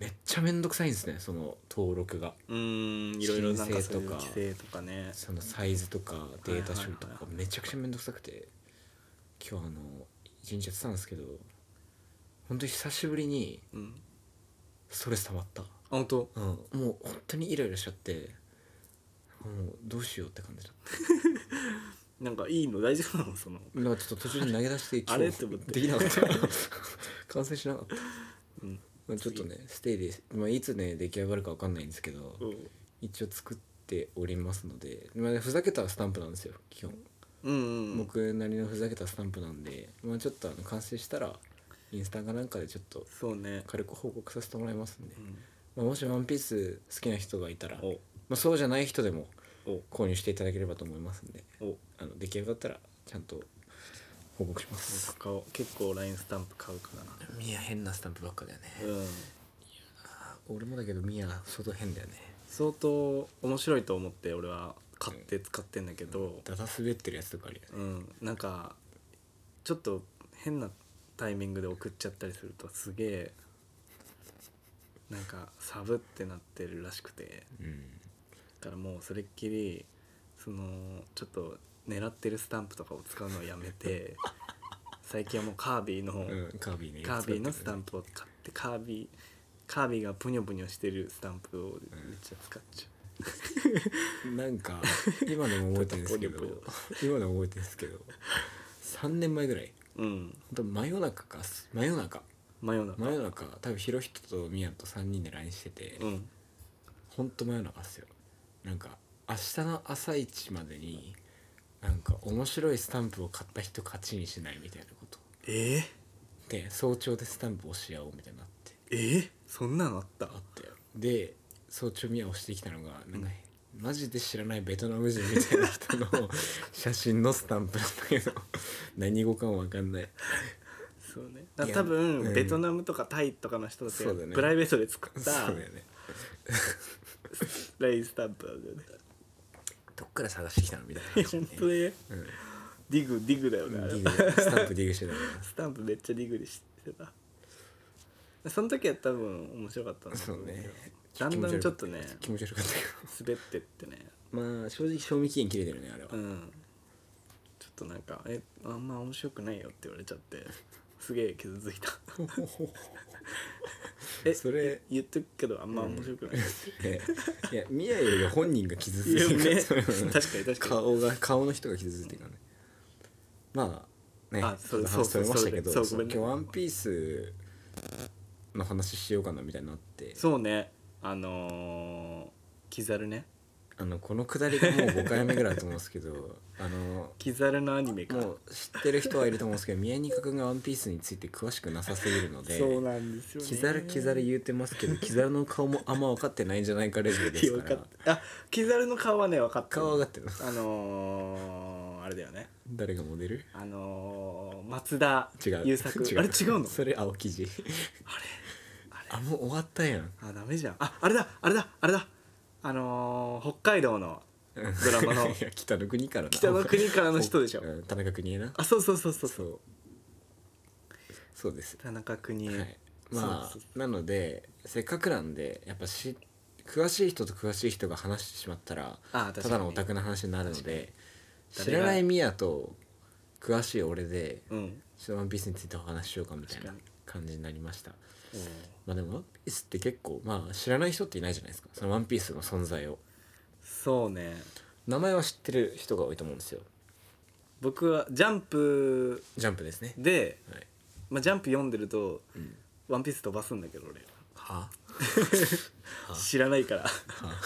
[SPEAKER 2] めっちゃめんどくさいんですねその登録が
[SPEAKER 1] うーんいろいろなんかそうい
[SPEAKER 2] 申請と
[SPEAKER 1] う
[SPEAKER 2] か
[SPEAKER 1] 規制とかね
[SPEAKER 2] そのサイズとかデータ処理と
[SPEAKER 1] はい
[SPEAKER 2] か
[SPEAKER 1] はい
[SPEAKER 2] めちゃくちゃめんどくさくて今日あの一日やってたんですけど本当に久しぶりに
[SPEAKER 1] うん
[SPEAKER 2] ストレス溜まった、
[SPEAKER 1] あ本当
[SPEAKER 2] うん、もう本当にイライラしちゃってもうどうしようって感じだった
[SPEAKER 1] なんかいいの大丈夫なのその
[SPEAKER 2] なんかちょっと途中に投げ出して (laughs)
[SPEAKER 1] あれって思って
[SPEAKER 2] できな (laughs) かった完成しなかった、
[SPEAKER 1] うん
[SPEAKER 2] まあ、ちょっとねステイで、まあ、いつね出来上がるか分かんないんですけど
[SPEAKER 1] うん
[SPEAKER 2] 一応作っておりますので、まあ、ふざけたスタンプなんですよ基本
[SPEAKER 1] うんうん
[SPEAKER 2] 僕なりのふざけたスタンプなんで、まあ、ちょっとあの完成したらインスタかなんかでちょっと
[SPEAKER 1] そうね
[SPEAKER 2] 軽く報告させてもらいますんで
[SPEAKER 1] う、ん
[SPEAKER 2] まあ、もし「ワンピース好きな人がいたら、ま
[SPEAKER 1] お
[SPEAKER 2] あ、そうじゃない人でも
[SPEAKER 1] お
[SPEAKER 2] 購入していただければと思いますんで
[SPEAKER 1] お
[SPEAKER 2] あの出来上がったらちゃんと報告します
[SPEAKER 1] 僕買おう結構 LINE スタンプ買うからない
[SPEAKER 2] や変なスタンプばっかだよね
[SPEAKER 1] うん
[SPEAKER 2] 俺もだけどミヤ相当変だよね
[SPEAKER 1] 相当面白いと思って俺は買って使ってんだけど
[SPEAKER 2] ダダ滑ってるやつとかあるよね
[SPEAKER 1] うんなんかちょっと変なタイミングで送っちゃったりするとすげえなんかサブってなってるらしくて
[SPEAKER 2] うん
[SPEAKER 1] だからもうそれっきりそのちょっと狙ってるスタンプとかを使うのをやめて最近はもうカービィの、
[SPEAKER 2] うんカービィね
[SPEAKER 1] カービィのスタン
[SPEAKER 2] プ
[SPEAKER 1] プを買ってカービィカービィがぷにょぷにょしてるスタンプをめっちゃ使っちゃ
[SPEAKER 2] なんか今でも覚えてるんですけ (laughs)
[SPEAKER 1] ポニョ
[SPEAKER 2] ど
[SPEAKER 1] ポ
[SPEAKER 2] 今でも覚えてるんですけど3年前ぐらいう
[SPEAKER 1] うん
[SPEAKER 2] 本当真夜中か真夜中
[SPEAKER 1] 真夜中
[SPEAKER 2] 真夜中多分ヒロヒトとミヤと3人で LINE してて、
[SPEAKER 1] うん
[SPEAKER 2] ほんと真夜中っすよなんか明日の朝一までになんか面白いスタンプを買った人勝ちにしないみたいなこと
[SPEAKER 1] えー、
[SPEAKER 2] で早朝でスタンプ押し合おうみたいになって
[SPEAKER 1] えー、そんなのあった
[SPEAKER 2] あったよで早朝ミヤ押してきたのがなんか、マジで知らないベトナム人みたいな人の
[SPEAKER 1] (laughs)
[SPEAKER 2] 写真のスタンプだったけど何語かも分かんない
[SPEAKER 1] そうねだ
[SPEAKER 2] いや
[SPEAKER 1] 多分、
[SPEAKER 2] うん
[SPEAKER 1] ベトナムとかタイとかの人たち
[SPEAKER 2] そ
[SPEAKER 1] が
[SPEAKER 2] うだよね
[SPEAKER 1] プライベートで作っ
[SPEAKER 2] そ
[SPEAKER 1] た
[SPEAKER 2] うだよね
[SPEAKER 1] ラインスタンプなんだよね
[SPEAKER 2] どっから探してきたのみたいな
[SPEAKER 1] 本当ね
[SPEAKER 2] うん
[SPEAKER 1] ディグディグだよねあれ
[SPEAKER 2] ディグスタンプディグしてたか
[SPEAKER 1] スタンプめっちゃディグリしてたその時は多分面白かった
[SPEAKER 2] ら
[SPEAKER 1] んだと
[SPEAKER 2] そ
[SPEAKER 1] 思
[SPEAKER 2] う
[SPEAKER 1] うけど
[SPEAKER 2] ね
[SPEAKER 1] だんだんちょっとね
[SPEAKER 2] 気持ち悪かったけ
[SPEAKER 1] 滑ってってね
[SPEAKER 2] どまあ正直賞味期限切れてるねあれは、
[SPEAKER 1] うんちょっとなんか「えあんま面白くないよ」って言われちゃってすげえ傷つい
[SPEAKER 2] (laughs)
[SPEAKER 1] たえ
[SPEAKER 2] それ
[SPEAKER 1] 言っとくけどあんま面白くない、
[SPEAKER 2] えいや宮より本人が傷つ
[SPEAKER 1] いや
[SPEAKER 2] いて
[SPEAKER 1] ね
[SPEAKER 2] る
[SPEAKER 1] 確かに確かに
[SPEAKER 2] 顔が顔の人が傷ついてるからねまあね
[SPEAKER 1] あ
[SPEAKER 2] ちょ
[SPEAKER 1] そ
[SPEAKER 2] っと話
[SPEAKER 1] うそ
[SPEAKER 2] さ
[SPEAKER 1] う
[SPEAKER 2] れましたけ
[SPEAKER 1] そ
[SPEAKER 2] ど
[SPEAKER 1] うそう
[SPEAKER 2] そう
[SPEAKER 1] ごめ
[SPEAKER 2] 今日「ワ
[SPEAKER 1] んね
[SPEAKER 2] ンピースの話しようかなみたいになって
[SPEAKER 1] そうねあのー、キザルね
[SPEAKER 2] あのこのくだりがもう5回目ぐらいだと思うんですけ
[SPEAKER 1] (laughs)
[SPEAKER 2] どあの
[SPEAKER 1] キザルのアニメか
[SPEAKER 2] もう知ってる人はいると思うんですけど宮く君が「ワンピースについて詳しくなさすぎるので
[SPEAKER 1] そうなんですよね
[SPEAKER 2] キザルキザル言うてますけどキザルの顔もあんま分かってないんじゃないかレベルです
[SPEAKER 1] よ (laughs)
[SPEAKER 2] か
[SPEAKER 1] からったあキザルの顔はね分かった
[SPEAKER 2] 顔は分かってる
[SPEAKER 1] あのー、あれだよね
[SPEAKER 2] 誰がモデル
[SPEAKER 1] あのー、松田
[SPEAKER 2] 違う
[SPEAKER 1] 優作
[SPEAKER 2] 違
[SPEAKER 1] あれ違うの
[SPEAKER 2] それ青生地あれあもう終わったやん
[SPEAKER 1] あダメじゃんああれだあれだあれだあのー、北海道のドラマ
[SPEAKER 2] (laughs)
[SPEAKER 1] の
[SPEAKER 2] いや北の国からな
[SPEAKER 1] 北の国からの人でしょ
[SPEAKER 2] うん田中邦衛な
[SPEAKER 1] あそうそうそうそう
[SPEAKER 2] そうそうです
[SPEAKER 1] 田中邦衛、
[SPEAKER 2] はいま
[SPEAKER 1] そうそう
[SPEAKER 2] あなのでせっかくなんでやっぱし詳しい人と詳しい人が話してしまったら
[SPEAKER 1] あ
[SPEAKER 2] た
[SPEAKER 1] 確かに
[SPEAKER 2] だのオタクの話になるので知
[SPEAKER 1] 確かに
[SPEAKER 2] らないミヤと詳しい俺で
[SPEAKER 1] うん
[SPEAKER 2] ちょっとワンピースについてお話ししようかみたいな
[SPEAKER 1] 確か
[SPEAKER 2] 感じになりましたまあでもワンピースって結構まあ知らない人っていないじゃないですかそのワンピースの存在を
[SPEAKER 1] そうね
[SPEAKER 2] 名前は知ってる人が多いと思うんですよ
[SPEAKER 1] 僕はジャンプ
[SPEAKER 2] ジャンプですね
[SPEAKER 1] で、
[SPEAKER 2] はい
[SPEAKER 1] まあ、ジャンプ読んでると、
[SPEAKER 2] ん
[SPEAKER 1] ワンピース飛ばすんだけど俺
[SPEAKER 2] は
[SPEAKER 1] 知らないから
[SPEAKER 2] は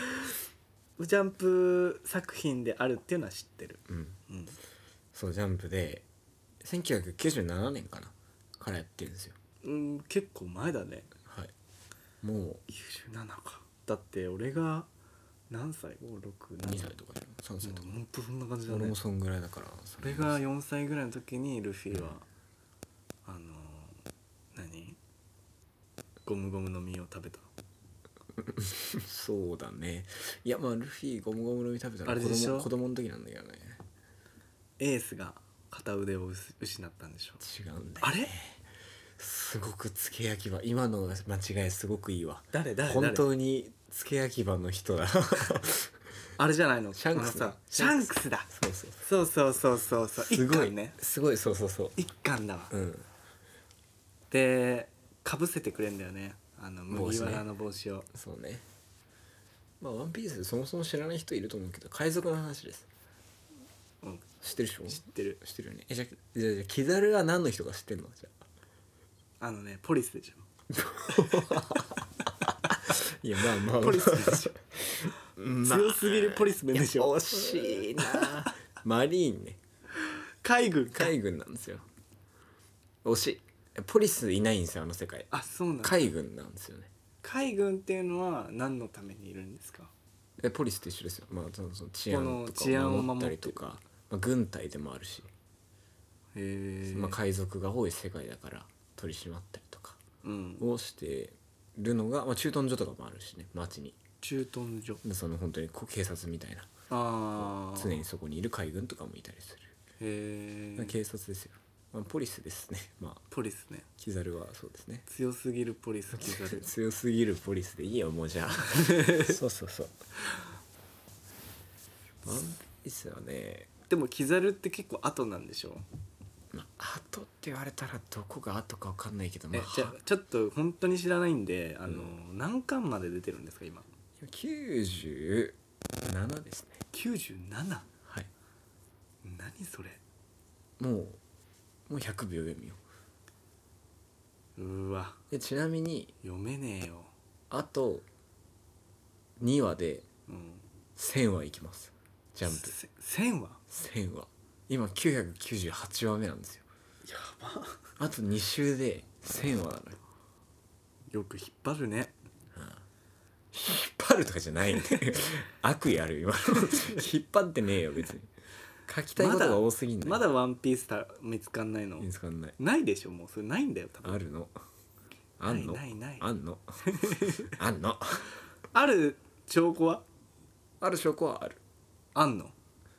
[SPEAKER 1] (laughs) ジャンプ作品であるっていうのは知ってる、
[SPEAKER 2] うん
[SPEAKER 1] うん、
[SPEAKER 2] そうジャンプで1997年かなからやってるんですよ
[SPEAKER 1] うん、結構前だね
[SPEAKER 2] はいも
[SPEAKER 1] 97かだって俺が何歳56
[SPEAKER 2] う2
[SPEAKER 1] 何
[SPEAKER 2] 歳とか3歳とか、
[SPEAKER 1] ほんとそんな感じだ
[SPEAKER 2] 俺
[SPEAKER 1] ね
[SPEAKER 2] もそんぐらいだからそ
[SPEAKER 1] 俺が4歳ぐらいの時にルフィは、あのー何ゴムゴムの実を食べた
[SPEAKER 2] そうだねいやまあルフィゴムゴムの実食べたの
[SPEAKER 1] あ
[SPEAKER 2] は
[SPEAKER 1] れ
[SPEAKER 2] 子
[SPEAKER 1] でしょ
[SPEAKER 2] 供子供の時なんだけどね
[SPEAKER 1] エースが片腕を失失ったんでしょう
[SPEAKER 2] 違うんだよ
[SPEAKER 1] あれ
[SPEAKER 2] すごくつけ焼き場今の間違いすごくいいわ
[SPEAKER 1] 誰誰
[SPEAKER 2] 本
[SPEAKER 1] 誰
[SPEAKER 2] 当につけ焼き場の人だそ
[SPEAKER 1] あれじゃないの
[SPEAKER 2] シャンクス
[SPEAKER 1] あのさシャンクスだ
[SPEAKER 2] うそう
[SPEAKER 1] そうそうそうそうそう
[SPEAKER 2] すご
[SPEAKER 1] 一
[SPEAKER 2] い
[SPEAKER 1] 巻ね
[SPEAKER 2] すごいそうそうそう
[SPEAKER 1] 一巻だわ、
[SPEAKER 2] うん
[SPEAKER 1] でかぶせてくれんだよねあの麦わらの帽子を
[SPEAKER 2] そうねまあワンピースそもそも知らない人いると思うけど海賊の話です
[SPEAKER 1] うん、
[SPEAKER 2] 知ってるでしょ
[SPEAKER 1] 知ってる
[SPEAKER 2] 知ってるよねえじゃあじゃあじゃあキザルは何の人か知ってんのじゃあ
[SPEAKER 1] あのねポリスでしょ
[SPEAKER 2] いやまあまあ
[SPEAKER 1] ポリスでしょ強すぎるポリスメンでしょ
[SPEAKER 2] 惜しいなマリーンね
[SPEAKER 1] 海軍か
[SPEAKER 2] 海軍なんですよ惜しいポリスいないんですよあの世界
[SPEAKER 1] あそうなんだ
[SPEAKER 2] 海軍なんですよね
[SPEAKER 1] 海軍っていうのは何のためにいるんですか
[SPEAKER 2] えポリスと一緒ですよ、まあ、そのその治
[SPEAKER 1] こ
[SPEAKER 2] 安
[SPEAKER 1] の
[SPEAKER 2] と
[SPEAKER 1] 治
[SPEAKER 2] か
[SPEAKER 1] 安
[SPEAKER 2] を
[SPEAKER 1] を
[SPEAKER 2] 守
[SPEAKER 1] 守
[SPEAKER 2] っ
[SPEAKER 1] ったて
[SPEAKER 2] りとか、まあ、軍隊でもあるし、
[SPEAKER 1] へえ、
[SPEAKER 2] まあ、海賊が多い世界だから取り締まったりとか
[SPEAKER 1] うん、
[SPEAKER 2] をしてるのが、まあ、駐屯所とかもあるしね町に
[SPEAKER 1] 駐屯所
[SPEAKER 2] でその本当にこう警察みたいな
[SPEAKER 1] ああ
[SPEAKER 2] 常にそこにいる海軍とかもいたりす
[SPEAKER 1] へ
[SPEAKER 2] る、
[SPEAKER 1] え
[SPEAKER 2] 警察ですよ、まあ、ポリスですね (laughs) まあ
[SPEAKER 1] ポリスね
[SPEAKER 2] キザルはそうですね (laughs)
[SPEAKER 1] 強すぎるポリスキザ (laughs) ル
[SPEAKER 2] 強すぎるポリスでいいよもうじゃあ (laughs) そうそうそうワンピースはね
[SPEAKER 1] でもキザルって結構後なんでしょ
[SPEAKER 2] まあ後って言われたらどこが後か分かんないけどま
[SPEAKER 1] え
[SPEAKER 2] あ
[SPEAKER 1] じゃあちょっと本当に知らないんであの、何巻まで出てるんですか今
[SPEAKER 2] 97ですね
[SPEAKER 1] 97? 何
[SPEAKER 2] はい
[SPEAKER 1] それ
[SPEAKER 2] もうもう100秒読みよ
[SPEAKER 1] うわ
[SPEAKER 2] うでちなみに
[SPEAKER 1] 読めねえよ、
[SPEAKER 2] あと2話で
[SPEAKER 1] うん、
[SPEAKER 2] 1000話いきますジャンプ
[SPEAKER 1] せ1000は
[SPEAKER 2] 1000話今998話目なんですよ
[SPEAKER 1] やば
[SPEAKER 2] あと2週で1000話なのよ
[SPEAKER 1] よく引っ張るね
[SPEAKER 2] 引っ張るとかじゃないんで (laughs) 悪意あるよ今の引っ張ってねえよ別に書きたいことが多すぎんだよ
[SPEAKER 1] まだワンピースた見つかんないの
[SPEAKER 2] 見つかんない
[SPEAKER 1] ないでしょもうそれないんだよ多分
[SPEAKER 2] あるのあんの
[SPEAKER 1] ないないない
[SPEAKER 2] あんの (laughs) あんの
[SPEAKER 1] ある証拠は
[SPEAKER 2] ある証拠はある
[SPEAKER 1] あんの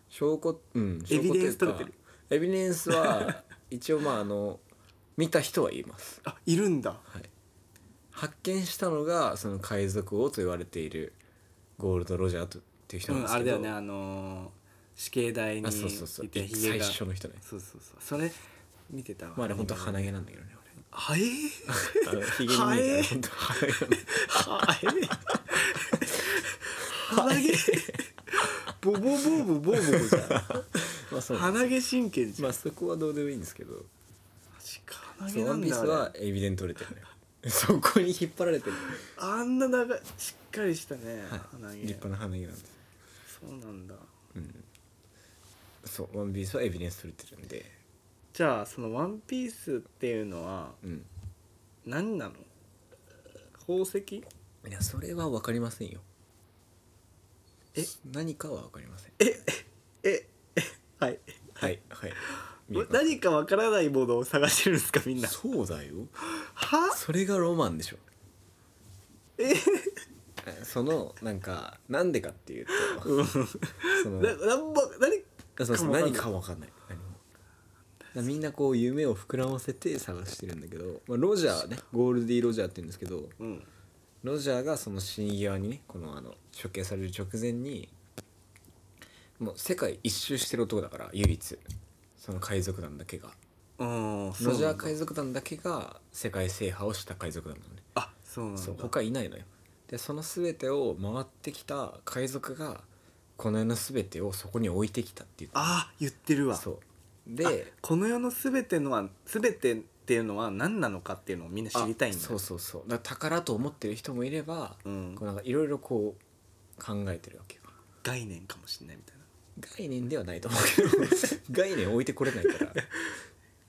[SPEAKER 2] 証拠うん証拠というか
[SPEAKER 1] エビデンス取れてる
[SPEAKER 2] エビデンスは一応まああの見た人は言います
[SPEAKER 1] あいるんだ
[SPEAKER 2] はい発見したのがその海賊王と言われているゴールド・ロジャーとっていう人
[SPEAKER 1] う
[SPEAKER 2] なんで
[SPEAKER 1] ん
[SPEAKER 2] す
[SPEAKER 1] あ
[SPEAKER 2] け
[SPEAKER 1] れ
[SPEAKER 2] ど、
[SPEAKER 1] だよねあのー死刑台に
[SPEAKER 2] あそうそうそう
[SPEAKER 1] いてひげ
[SPEAKER 2] 最
[SPEAKER 1] が
[SPEAKER 2] 初の人ね
[SPEAKER 1] そうそうそうそれ見てたわ
[SPEAKER 2] まああれ本当鼻毛なんだけどね俺
[SPEAKER 1] はえ
[SPEAKER 2] あ
[SPEAKER 1] (laughs)
[SPEAKER 2] のひげに見えたら本当早いよね
[SPEAKER 1] はえ鼻毛ボボボボボボボじゃ
[SPEAKER 2] (laughs) まあそ
[SPEAKER 1] ん
[SPEAKER 2] うなんです
[SPEAKER 1] 鼻毛神経じゃん
[SPEAKER 2] まあそこはどうでもいいんですけど
[SPEAKER 1] マジか鼻
[SPEAKER 2] そ
[SPEAKER 1] 毛
[SPEAKER 2] うワ
[SPEAKER 1] な
[SPEAKER 2] ン
[SPEAKER 1] ん
[SPEAKER 2] ピー
[SPEAKER 1] だ
[SPEAKER 2] スはエビデント取れてるのよ (laughs) そこに引っ張られてる
[SPEAKER 1] あれあんな長いしっかりしたね、鼻毛
[SPEAKER 2] 立派な鼻毛なんです
[SPEAKER 1] そうなんだ
[SPEAKER 2] そうワンピースはエビデンス取れてるんで
[SPEAKER 1] じゃあその「ワンピースっていうのは
[SPEAKER 2] うん
[SPEAKER 1] 何なの宝石
[SPEAKER 2] いやそれは分かりませんよ
[SPEAKER 1] え
[SPEAKER 2] 何かは分かりません
[SPEAKER 1] ええはい
[SPEAKER 2] はいはい
[SPEAKER 1] 何かわからないものを探してるんですかみんな
[SPEAKER 2] そうだよ
[SPEAKER 1] は
[SPEAKER 2] それがロマンでしょ
[SPEAKER 1] え
[SPEAKER 2] (laughs) そのなんかなんでかっていうとその
[SPEAKER 1] ななんも何
[SPEAKER 2] そうそう
[SPEAKER 1] かもわかん
[SPEAKER 2] 何か分かんな
[SPEAKER 1] ない
[SPEAKER 2] い何もだからみんなこう夢を膨らませて探してるんだけど、まあ、ロジャーねゴールディ・ロジャーって言うんですけど
[SPEAKER 1] うん
[SPEAKER 2] ロジャーがその死に際にねこのあの処刑される直前にもう世界一周してる男だから唯一その海賊団だけが
[SPEAKER 1] ああ
[SPEAKER 2] ロジャー海賊団だけが世界制覇をした海賊団なのね
[SPEAKER 1] あそうなんだ
[SPEAKER 2] そう他いないのよでその全てを回ってきた海賊がこの世の全てをそこに置いてきたっていう
[SPEAKER 1] ああ言ってるわ
[SPEAKER 2] そう
[SPEAKER 1] あ
[SPEAKER 2] で
[SPEAKER 1] この世のすべてのはすべてっていうのは何なのかっていうのをみんな知りたいんだ
[SPEAKER 2] あそうそうそうだから宝と思ってる人もいれば、
[SPEAKER 1] うん
[SPEAKER 2] こうなんかいろいろこう考えてるわけよ
[SPEAKER 1] 概念かもしれないみたいな
[SPEAKER 2] 概念ではないと思 (laughs) うけど概念置いてこれないか (laughs)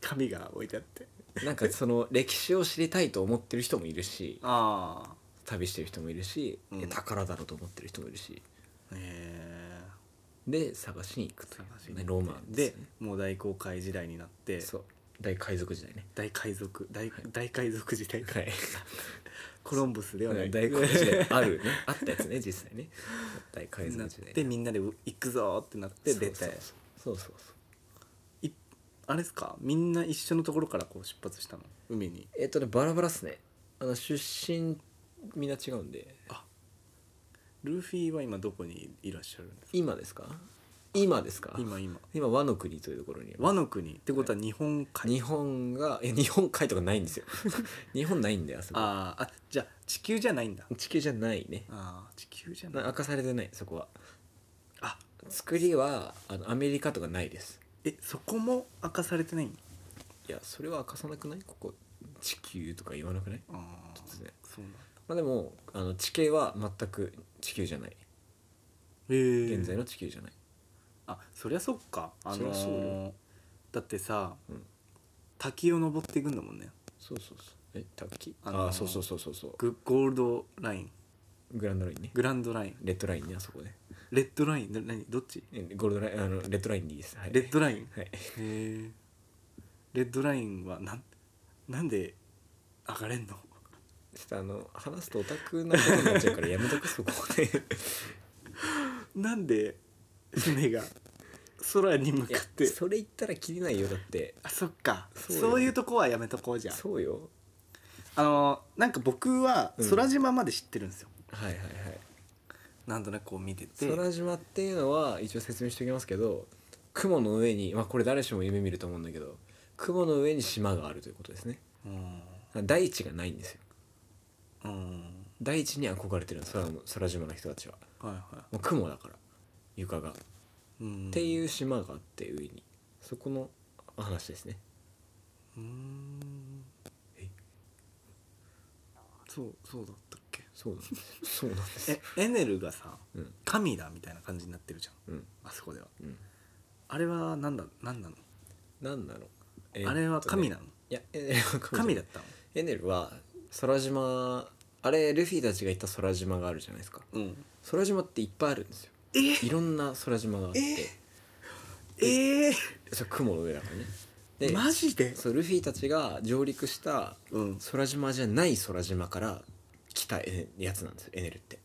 [SPEAKER 1] 紙が置いてあって
[SPEAKER 2] らなんかその歴史を知りたいと思ってる人もいるし
[SPEAKER 1] あ
[SPEAKER 2] 旅してる人もいるし、
[SPEAKER 1] うん
[SPEAKER 2] いや宝だろうと思ってる人もいるし
[SPEAKER 1] あえ
[SPEAKER 2] で探しに行くと
[SPEAKER 1] 探し
[SPEAKER 2] いう、
[SPEAKER 1] に行っ
[SPEAKER 2] ね、
[SPEAKER 1] て
[SPEAKER 2] ロマン
[SPEAKER 1] で
[SPEAKER 2] ですよね
[SPEAKER 1] もう大航海時代になって
[SPEAKER 2] そう大海賊時代ね
[SPEAKER 1] 大海賊大,、大海賊時
[SPEAKER 2] (laughs)
[SPEAKER 1] 代
[SPEAKER 2] はい
[SPEAKER 1] コロンブスではない
[SPEAKER 2] 大海賊時代あ (laughs) るねあったやつね実際ね大海賊
[SPEAKER 1] なっ
[SPEAKER 2] 時代
[SPEAKER 1] てみんなでう行くぞーってなって出て
[SPEAKER 2] そうそうそうそうそうそう
[SPEAKER 1] あれですかみんな一緒のところからこう出発したの海に
[SPEAKER 2] えっとねバラバラっすねあの出身みんな違うんで
[SPEAKER 1] ルフィは今どこにいらっしゃるんです
[SPEAKER 2] 今ですか今ですか
[SPEAKER 1] か今今
[SPEAKER 2] 今和の国というところにいます
[SPEAKER 1] 和の国ってことは日本海、
[SPEAKER 2] 日本がえ日本海とかないんですよ
[SPEAKER 1] (laughs)
[SPEAKER 2] 日本ないんだよあそこ
[SPEAKER 1] あーあじゃあ地球じゃないんだ
[SPEAKER 2] 地球じゃないね
[SPEAKER 1] あー地球じゃない
[SPEAKER 2] な明かされてないそこは
[SPEAKER 1] あ
[SPEAKER 2] 作りはあのアメリカとかないです
[SPEAKER 1] えそこも明かされてないん
[SPEAKER 2] いやそれは明かさなくないここ地球とか言わなくない
[SPEAKER 1] ああ
[SPEAKER 2] 突然
[SPEAKER 1] そうなんだ
[SPEAKER 2] まあでもあの地形は全く地球じゃない
[SPEAKER 1] へえ
[SPEAKER 2] 現在の地球じゃない、
[SPEAKER 1] あそりゃそっかあ
[SPEAKER 2] そり
[SPEAKER 1] の
[SPEAKER 2] ゃそう
[SPEAKER 1] ー
[SPEAKER 2] よ
[SPEAKER 1] だってさ、
[SPEAKER 2] うん
[SPEAKER 1] 滝を登っていくんだもんね
[SPEAKER 2] そうそうそうえ滝
[SPEAKER 1] あ
[SPEAKER 2] あ、
[SPEAKER 1] のー
[SPEAKER 2] あそうそうそうそうそう
[SPEAKER 1] グゴールドライン
[SPEAKER 2] グランドラインね
[SPEAKER 1] グランドライン
[SPEAKER 2] レッドラインねあそこね
[SPEAKER 1] レッドラインな何どっち
[SPEAKER 2] えゴールドラインあのレッドラインでいいですはい
[SPEAKER 1] レッドライン
[SPEAKER 2] はい
[SPEAKER 1] へえレッドラインはなんなんで上がれんの
[SPEAKER 2] ちょっとあの話すとオタクなことになっちゃうからやめとくそこはね
[SPEAKER 1] なんで船が空に向
[SPEAKER 2] い
[SPEAKER 1] か
[SPEAKER 2] や
[SPEAKER 1] って
[SPEAKER 2] それ言ったら切りないよだって
[SPEAKER 1] あそっかそ
[SPEAKER 2] そううよ
[SPEAKER 1] いうとこはやめとこうじゃん
[SPEAKER 2] そうよ
[SPEAKER 1] あのーなんか僕は
[SPEAKER 2] うん
[SPEAKER 1] 空島まで知ってるんですよ、
[SPEAKER 2] はいはいはい
[SPEAKER 1] なんとなくこう見てて
[SPEAKER 2] 空島っていうのは一応説明しておきますけど雲の上に、まあ、これ誰しも夢見ると思うんだけど雲の上に島があるということですね
[SPEAKER 1] うん
[SPEAKER 2] 大地がないんですよ
[SPEAKER 1] うん
[SPEAKER 2] 大地に憧れてるの空の空島の人たちは
[SPEAKER 1] はいは
[SPEAKER 2] もう雲だから床が、
[SPEAKER 1] い、うん、
[SPEAKER 2] って
[SPEAKER 1] う
[SPEAKER 2] いう島があって上にそこの話ですね
[SPEAKER 1] ーん
[SPEAKER 2] え
[SPEAKER 1] そうそうだったっけ
[SPEAKER 2] そうなんですよそうなんですよ
[SPEAKER 1] えエネルがさ
[SPEAKER 2] うん
[SPEAKER 1] 神だみたいな感じになってるじゃん
[SPEAKER 2] うん
[SPEAKER 1] あそこでは
[SPEAKER 2] うん
[SPEAKER 1] あれは何だ何なの、
[SPEAKER 2] 何なの、
[SPEAKER 1] あれは神なの
[SPEAKER 2] いやエネルは
[SPEAKER 1] 神
[SPEAKER 2] 神
[SPEAKER 1] だ
[SPEAKER 2] だ
[SPEAKER 1] ったの
[SPEAKER 2] エネルは空島あれルフィたちが行った空島があるじゃないですか
[SPEAKER 1] うん
[SPEAKER 2] 空島っていっぱいあるんですよ
[SPEAKER 1] え
[SPEAKER 2] いろんな空島があって、
[SPEAKER 1] え
[SPEAKER 2] それ雲の上だからね
[SPEAKER 1] ー、
[SPEAKER 2] で、
[SPEAKER 1] マジで
[SPEAKER 2] そうルフィたちが上陸した
[SPEAKER 1] うん
[SPEAKER 2] 空島じゃない空島から来たえやつなんですよエネルって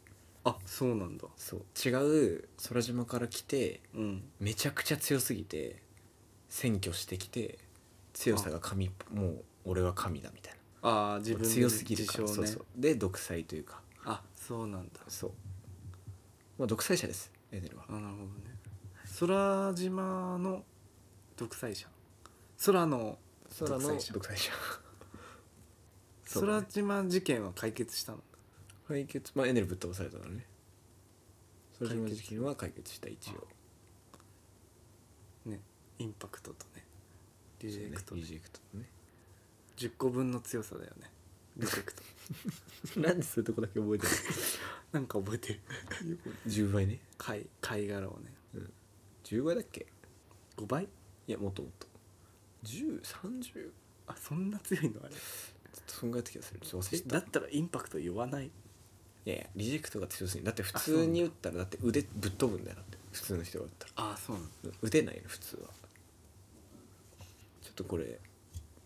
[SPEAKER 1] あそうなんだ
[SPEAKER 2] そう違う空島から来て
[SPEAKER 1] うん
[SPEAKER 2] めちゃくちゃ強すぎて占拠してきて強さが神もう俺は神だみたい
[SPEAKER 1] ああ自
[SPEAKER 2] な
[SPEAKER 1] 分で
[SPEAKER 2] 強すぎるから、
[SPEAKER 1] 自称
[SPEAKER 2] そう
[SPEAKER 1] ね
[SPEAKER 2] そうで独裁というか
[SPEAKER 1] あそうなんだ
[SPEAKER 2] そうまあ独裁者ですエネルは
[SPEAKER 1] あなるほどね空島の独裁者空の
[SPEAKER 2] 空の
[SPEAKER 1] 独裁者
[SPEAKER 2] 独裁者そうだ
[SPEAKER 1] 空
[SPEAKER 2] ね
[SPEAKER 1] 島事件は解決したの
[SPEAKER 2] 解決まあエネルぶっ飛ばされたからねそれの事件は解決した一応
[SPEAKER 1] ねインパクトとねリジェクト、
[SPEAKER 2] リジェクトね
[SPEAKER 1] 10個分の強さだよねリジ
[SPEAKER 2] (laughs)
[SPEAKER 1] ェクト
[SPEAKER 2] なんでそういうとこだけ覚えて
[SPEAKER 1] なんか覚えてる
[SPEAKER 2] る10倍ね
[SPEAKER 1] 貝貝殻をね
[SPEAKER 2] 10倍だっけ
[SPEAKER 1] 5倍
[SPEAKER 2] いやもっともっと1030ちょ
[SPEAKER 1] あそんな強いのあ
[SPEAKER 2] っ
[SPEAKER 1] れ
[SPEAKER 2] とそんぐらいだった気がするちょっと忘
[SPEAKER 1] え
[SPEAKER 2] れてた
[SPEAKER 1] だったらインパクト言わない
[SPEAKER 2] いやいやリジェクトが強すぎるだって普通に打ったらだって腕ぶっ飛ぶんだよだって普通の人が打ったら
[SPEAKER 1] ああそうなんだ
[SPEAKER 2] 打てないの普通はちょっとこれ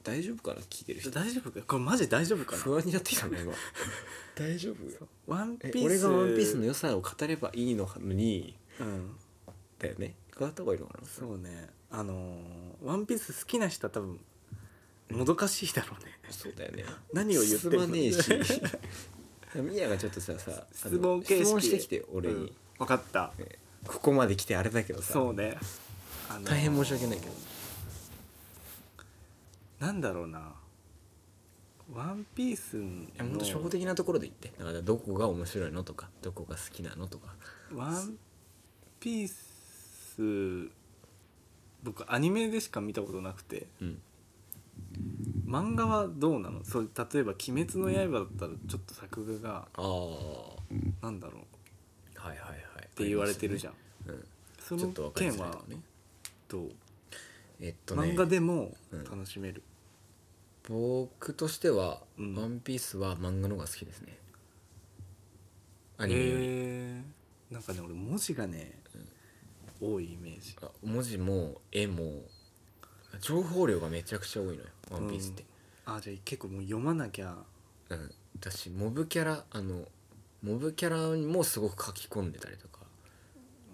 [SPEAKER 2] 大丈夫かな聞いてる人
[SPEAKER 1] 大丈夫かこれマジ大丈夫かな
[SPEAKER 2] 不安になってきたの今 (laughs) 大丈夫
[SPEAKER 1] そうワンピ
[SPEAKER 2] え
[SPEAKER 1] ース
[SPEAKER 2] 俺が「ワンピースの良さを語ればいいのに
[SPEAKER 1] うん
[SPEAKER 2] だよね語った方がいいのかな
[SPEAKER 1] そうねあのーワンピース好きな人は多分もどかしいだろうね
[SPEAKER 2] そうだよね
[SPEAKER 1] 何を言って
[SPEAKER 2] 進
[SPEAKER 1] る
[SPEAKER 2] まねえし (laughs) ミヤがちょっとささあの
[SPEAKER 1] 質問形式で
[SPEAKER 2] 質問してきて俺に、
[SPEAKER 1] うん分かった
[SPEAKER 2] えここまで来てあれだけどさ
[SPEAKER 1] そうね、あのー
[SPEAKER 2] 大変申し訳ないけど
[SPEAKER 1] なんだろうなワンピースの
[SPEAKER 2] いやもっと初歩的なところで言ってだからどこが面白いのとかどこが好きなのとか
[SPEAKER 1] ワンピース僕アニメでしか見たことなくて
[SPEAKER 2] うん
[SPEAKER 1] 漫画はどうなのそれ例えば「鬼滅の刃」だったらちょっと作画が
[SPEAKER 2] ああはい
[SPEAKER 1] なんだろうっ
[SPEAKER 2] はいはいって
[SPEAKER 1] 言われてるじ
[SPEAKER 2] ゃ
[SPEAKER 1] ゃん、
[SPEAKER 2] ん、うん、
[SPEAKER 1] そ
[SPEAKER 2] ちょ
[SPEAKER 1] の
[SPEAKER 2] っとわかり
[SPEAKER 1] 件
[SPEAKER 2] づらい
[SPEAKER 1] は
[SPEAKER 2] とかね
[SPEAKER 1] どう、
[SPEAKER 2] えっとね
[SPEAKER 1] 漫画でも
[SPEAKER 2] うん
[SPEAKER 1] 楽しめる、
[SPEAKER 2] 僕としては「
[SPEAKER 1] うん
[SPEAKER 2] ワンピースは漫画の方が好きですねア
[SPEAKER 1] へ
[SPEAKER 2] ニメより、
[SPEAKER 1] えなんかね俺文字がね、多いイメージ
[SPEAKER 2] あ文字も絵も情報量がめちゃくちゃ多いのよ「ワンピースって、
[SPEAKER 1] あじゃあ結構もう読まなきゃ
[SPEAKER 2] うん、だしモブキャラあのモブキャラもすごく書き込んでたりとか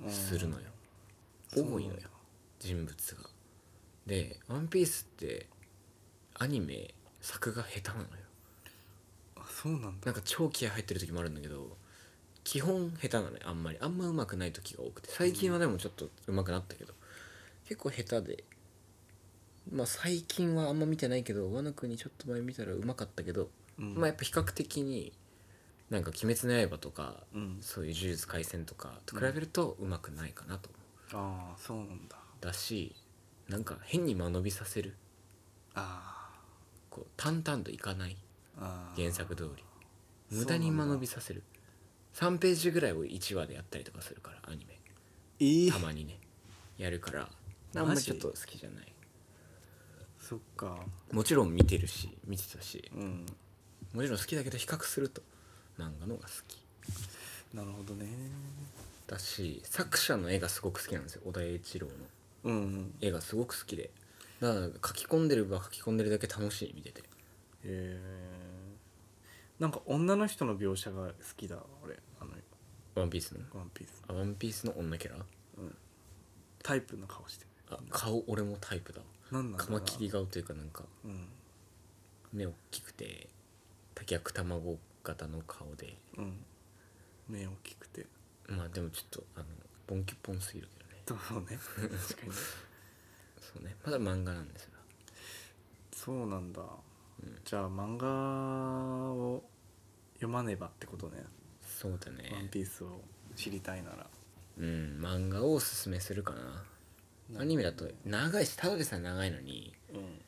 [SPEAKER 2] するのよ
[SPEAKER 1] うん
[SPEAKER 2] 多いの
[SPEAKER 1] そうなん
[SPEAKER 2] よ
[SPEAKER 1] だ
[SPEAKER 2] 人物がで「ワンピースってアニメ作画下手なのよ
[SPEAKER 1] あそうなんだ
[SPEAKER 2] なんか超気合入ってる時もあるんだけど基本下手なのよあんまりあんま上手くない時が多くて最近はでもちょっと上手くなったけど、結構下手でまあ最近はあんま見てないけどワノ国ちょっと前見たら上手かったけど、
[SPEAKER 1] うん
[SPEAKER 2] まあやっぱ比較的になんか「鬼滅の刃」とか、
[SPEAKER 1] うん
[SPEAKER 2] そういう「呪術廻戦」とかと比べると上手くないかなと思う、
[SPEAKER 1] ああそうなんだ
[SPEAKER 2] だしなんか変に間延びさせる
[SPEAKER 1] あ
[SPEAKER 2] こう淡々といかない
[SPEAKER 1] ーあー
[SPEAKER 2] 原作通り無駄に間延びさせる3ページぐらいを1話でやったりとかするからアニメ
[SPEAKER 1] ええ
[SPEAKER 2] たまにねやるからあんま
[SPEAKER 1] マ
[SPEAKER 2] り
[SPEAKER 1] ジ
[SPEAKER 2] ちょっと好きじゃない
[SPEAKER 1] そっか
[SPEAKER 2] もちろん見てるし見てたし
[SPEAKER 1] うん
[SPEAKER 2] もちろん好きだけど比較すると漫画の方が好き
[SPEAKER 1] なるほどね
[SPEAKER 2] だし作者の絵がすごく好きなんですよ小田栄一郎の
[SPEAKER 1] うんうん
[SPEAKER 2] 絵がすごく好きでだから書き込んでれば書き込んでるだけ楽しい見てて
[SPEAKER 1] へえなんか女の人の描写が好きだ俺あの
[SPEAKER 2] 「ワンピースの
[SPEAKER 1] 「ワンピース
[SPEAKER 2] あ「ワンピースの女キャラ
[SPEAKER 1] うんタイプの顔してる
[SPEAKER 2] あ顔俺もタイプだわ
[SPEAKER 1] 何なんだろうな
[SPEAKER 2] カマキリ顔というかなんか
[SPEAKER 1] うん
[SPEAKER 2] 目大きくて多脚卵型の顔で
[SPEAKER 1] うん目大きくて
[SPEAKER 2] まあでもちょっとあのボンキュッポンすぎるけどね
[SPEAKER 1] そう
[SPEAKER 2] (laughs)
[SPEAKER 1] ね確かに
[SPEAKER 2] そうねまだ漫画なんですが
[SPEAKER 1] そうなんだ、じゃあ漫画を読まねばってことね
[SPEAKER 2] そうだ
[SPEAKER 1] 「ワン
[SPEAKER 2] ね
[SPEAKER 1] ピースを知りたいなら
[SPEAKER 2] うん漫画をおすすめするかなアニメだと長いしただでさえ長いのに
[SPEAKER 1] うん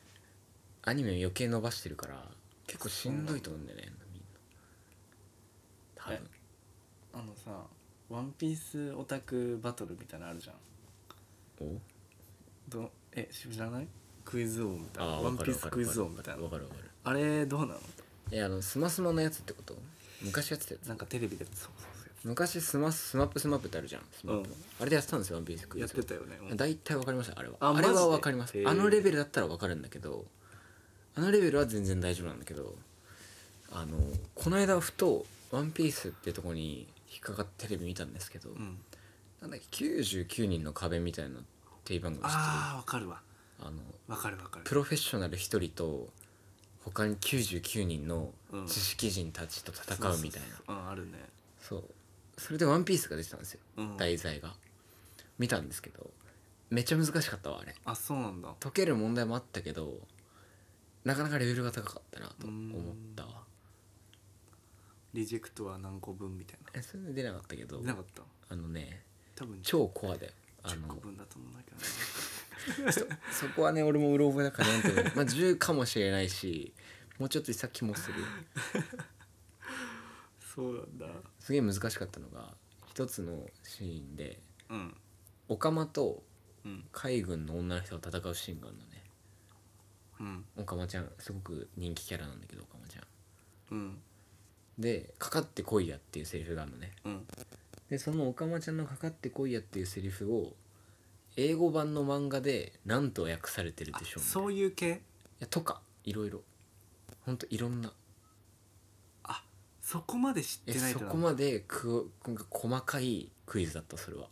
[SPEAKER 2] アニメ余計伸ばしてるから結構しんどいと思うんだよねみんな多分
[SPEAKER 1] あのさ「ワンピースオタクバトルみたいなのあるじゃん
[SPEAKER 2] お
[SPEAKER 1] どえ知らないクイズ王みたいな
[SPEAKER 2] あ
[SPEAKER 1] 「
[SPEAKER 2] あ分
[SPEAKER 1] ワン
[SPEAKER 2] か
[SPEAKER 1] ピ
[SPEAKER 2] る分
[SPEAKER 1] ー
[SPEAKER 2] か
[SPEAKER 1] ス
[SPEAKER 2] る
[SPEAKER 1] クイズ王」
[SPEAKER 2] 分
[SPEAKER 1] み
[SPEAKER 2] か
[SPEAKER 1] たい
[SPEAKER 2] る
[SPEAKER 1] な
[SPEAKER 2] 分かる分かる
[SPEAKER 1] あれどうなの
[SPEAKER 2] えあのスマスマのやつってこと昔やってたやつ
[SPEAKER 1] なんかテレビでそうそうそう
[SPEAKER 2] 昔スマススマップスマップってあるじゃんスマップ、
[SPEAKER 1] うん
[SPEAKER 2] あれでやってたんですよワンピースクイズ
[SPEAKER 1] やってたよね、うん
[SPEAKER 2] 大体わかりましたあれは
[SPEAKER 1] あ
[SPEAKER 2] あれ
[SPEAKER 1] マジ
[SPEAKER 2] は
[SPEAKER 1] で
[SPEAKER 2] わかります
[SPEAKER 1] へー
[SPEAKER 2] あのレベルだったらわかるんだけどあのレベルは全然大丈夫なんだけどあのこの間ふと「ワンピースってとこに引っかかってテレビ見たんですけど、
[SPEAKER 1] うん
[SPEAKER 2] なんだっけ99人の壁みたいなテレビ番組知ってる
[SPEAKER 1] ああわかるわ
[SPEAKER 2] あの
[SPEAKER 1] わかるわかる
[SPEAKER 2] プロフェッショナル一人と他に99人の知識人たちと戦うみたいな、
[SPEAKER 1] そうそうそううんあるね
[SPEAKER 2] そうそれで「ワンピースが出てたんですよ、
[SPEAKER 1] うん
[SPEAKER 2] 題材が見たんですけどめっちゃ難しかったわあれ
[SPEAKER 1] あそうなんだ
[SPEAKER 2] 解ける問題もあったけどなかなかレベルが高かったなと思ったわ
[SPEAKER 1] リジェクトは何個分みたいな
[SPEAKER 2] えそれで出なかったけど
[SPEAKER 1] 出なかった
[SPEAKER 2] あのね
[SPEAKER 1] 多分
[SPEAKER 2] 超コアで
[SPEAKER 1] (laughs)
[SPEAKER 2] あ
[SPEAKER 1] 10
[SPEAKER 2] の
[SPEAKER 1] 個分だと思うんだけどね
[SPEAKER 2] そこはね俺もうろ覚えだからなんとも言えないまあ10かもしれないしもうちょっと先もする
[SPEAKER 1] そうなんだ
[SPEAKER 2] すげえ難しかったのが一つのシーンで
[SPEAKER 1] うん
[SPEAKER 2] オカマと
[SPEAKER 1] うん
[SPEAKER 2] 海軍の女の人が戦うシーンがあるのね
[SPEAKER 1] うん
[SPEAKER 2] オカマちゃんすごく人気キャラなんだけどオカマちゃん
[SPEAKER 1] うん
[SPEAKER 2] で「かかってこいや」っていうセリフがあるのね
[SPEAKER 1] うん
[SPEAKER 2] でその「オカマちゃんのかかってこいや」っていうセリフを英語版の漫画でなんと訳されてる
[SPEAKER 1] あ
[SPEAKER 2] でしょうね
[SPEAKER 1] そう
[SPEAKER 2] い
[SPEAKER 1] いう系
[SPEAKER 2] やとかいろいろほんといろんな
[SPEAKER 1] あそこまで知っ
[SPEAKER 2] え
[SPEAKER 1] てない
[SPEAKER 2] そ
[SPEAKER 1] と
[SPEAKER 2] こまでくなんか細かいクイズだったそれは